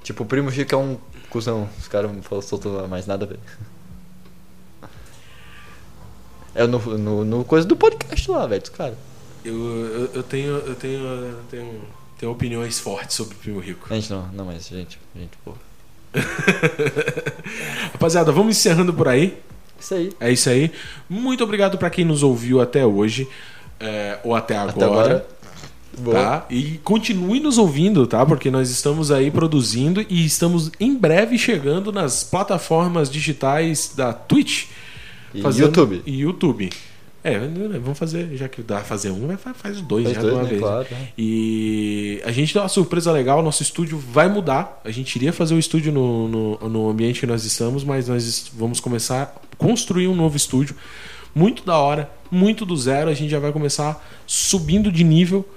B: Tipo, o Primo Rico é um cuzão. Os caras não falam, soltam mais nada a ver. É no, no, no coisa do podcast lá, velho, dos caras.
A: Eu, eu, eu tenho, eu tenho, eu tenho, tenho opiniões fortes sobre o primo rico.
B: Gente, não, não, mas gente, gente, pô.
A: Rapaziada, vamos encerrando por aí.
B: Isso aí.
A: É isso aí. Muito obrigado pra quem nos ouviu até hoje. é, ou até agora.
B: Até agora. Boa.
A: Tá? E continue nos ouvindo, tá? Porque nós estamos aí produzindo e estamos em breve chegando nas plataformas digitais da Twitch.
B: E YouTube.
A: E YouTube. É, né, vamos fazer, já que dá pra fazer um, fa- faz os dois
B: Faz
A: já
B: dois,
A: de uma
B: né?
A: vez.
B: Claro, né?
A: E a gente deu uma surpresa legal, nosso estúdio vai mudar. A gente iria fazer o estúdio no, no, no ambiente que nós estamos, mas nós est- vamos começar a construir um novo estúdio. Muito da hora, muito do zero. A gente já vai começar subindo de nível.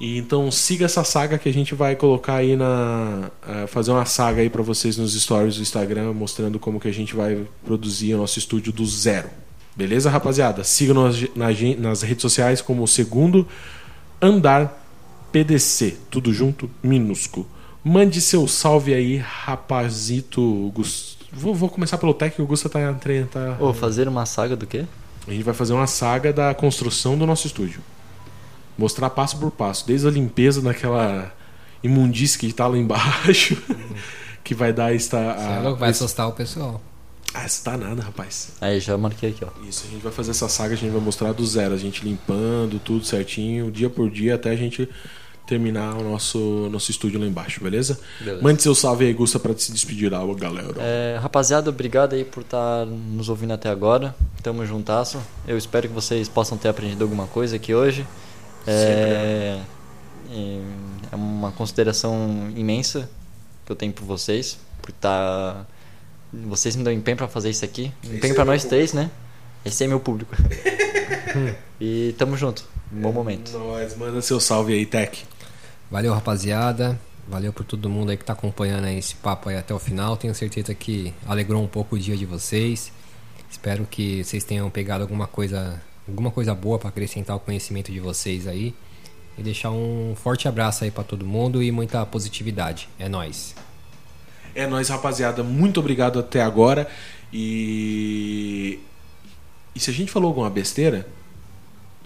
A: E então siga essa saga que a gente vai colocar aí na eh, fazer uma saga aí pra vocês nos stories do Instagram mostrando como que a gente vai produzir o nosso estúdio do zero. Beleza, rapaziada? Siga nos na gen- nas redes sociais como o segundo andar PDC, tudo junto, minúsculo. Mande seu salve aí, rapazito. Gus- Vou, vou começar pelo técnico, o Gusta tá, entre- tá...
B: Ô, fazer uma saga do quê?
A: A gente vai fazer uma saga da construção do nosso estúdio. Mostrar passo por passo, desde a limpeza daquela imundície que tá lá embaixo, que vai dar esta.
C: Você é
A: A,
C: louco, vai assustar o pessoal.
A: Ah, isso tá nada, rapaz.
B: Aí, já marquei aqui, ó.
A: Isso, a gente vai fazer essa saga, a gente vai mostrar do zero, a gente limpando tudo certinho, dia por dia, até a gente terminar o nosso, nosso estúdio lá embaixo, beleza?
B: Beleza.
A: Mande seu salve aí, Gusta, pra se despedir da galera.
B: É, rapaziada, obrigado aí por estar nos ouvindo até agora. Tamo juntasso. Eu espero que vocês possam ter aprendido alguma coisa aqui hoje. É, e é uma consideração imensa que eu tenho por vocês, por estar. Vocês me dão empenho pra fazer isso aqui. Empenho pra nós três, né? Esse é meu público. e tamo junto. Um bom momento.
A: Nós, manda seu salve aí, Tech.
C: Valeu, rapaziada. Valeu por todo mundo aí que tá acompanhando aí esse papo aí até o final. Tenho certeza que alegrou um pouco o dia de vocês. Espero que vocês tenham pegado alguma coisa, alguma coisa boa para acrescentar o conhecimento de vocês aí. E deixar um forte abraço aí para todo mundo e muita positividade. É nóis.
A: É nóis, rapaziada. Muito obrigado até agora. E. E se a gente falou alguma besteira,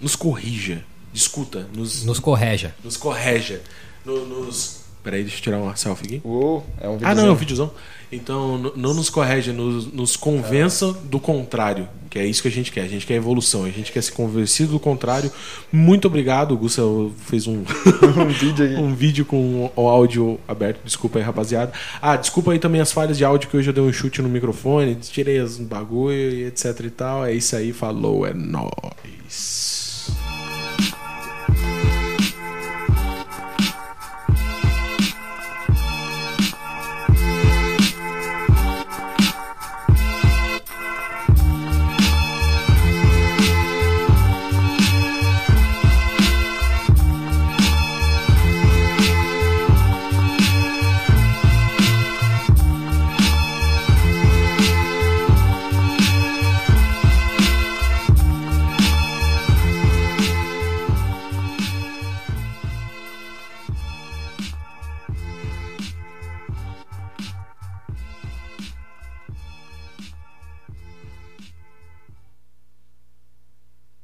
A: nos corrija. Discuta, nos,
C: Nos correja.
A: nos correja. No- nos. Peraí, deixa eu tirar uma selfie aqui.
B: Uou, é um
A: Ah, não, é um videozão. Então, n- não nos corrija, nos, nos convença do contrário, que é isso que a gente quer. A gente quer evolução, a gente quer ser convencido do contrário. Muito obrigado, o Gusta fez um,
B: um vídeo aí.
A: um vídeo com o áudio aberto. Desculpa aí, rapaziada. Ah, desculpa aí também as falhas de áudio que hoje eu dei um chute no microfone, tirei os bagulho e etc e tal. É isso aí, falou, é nóis.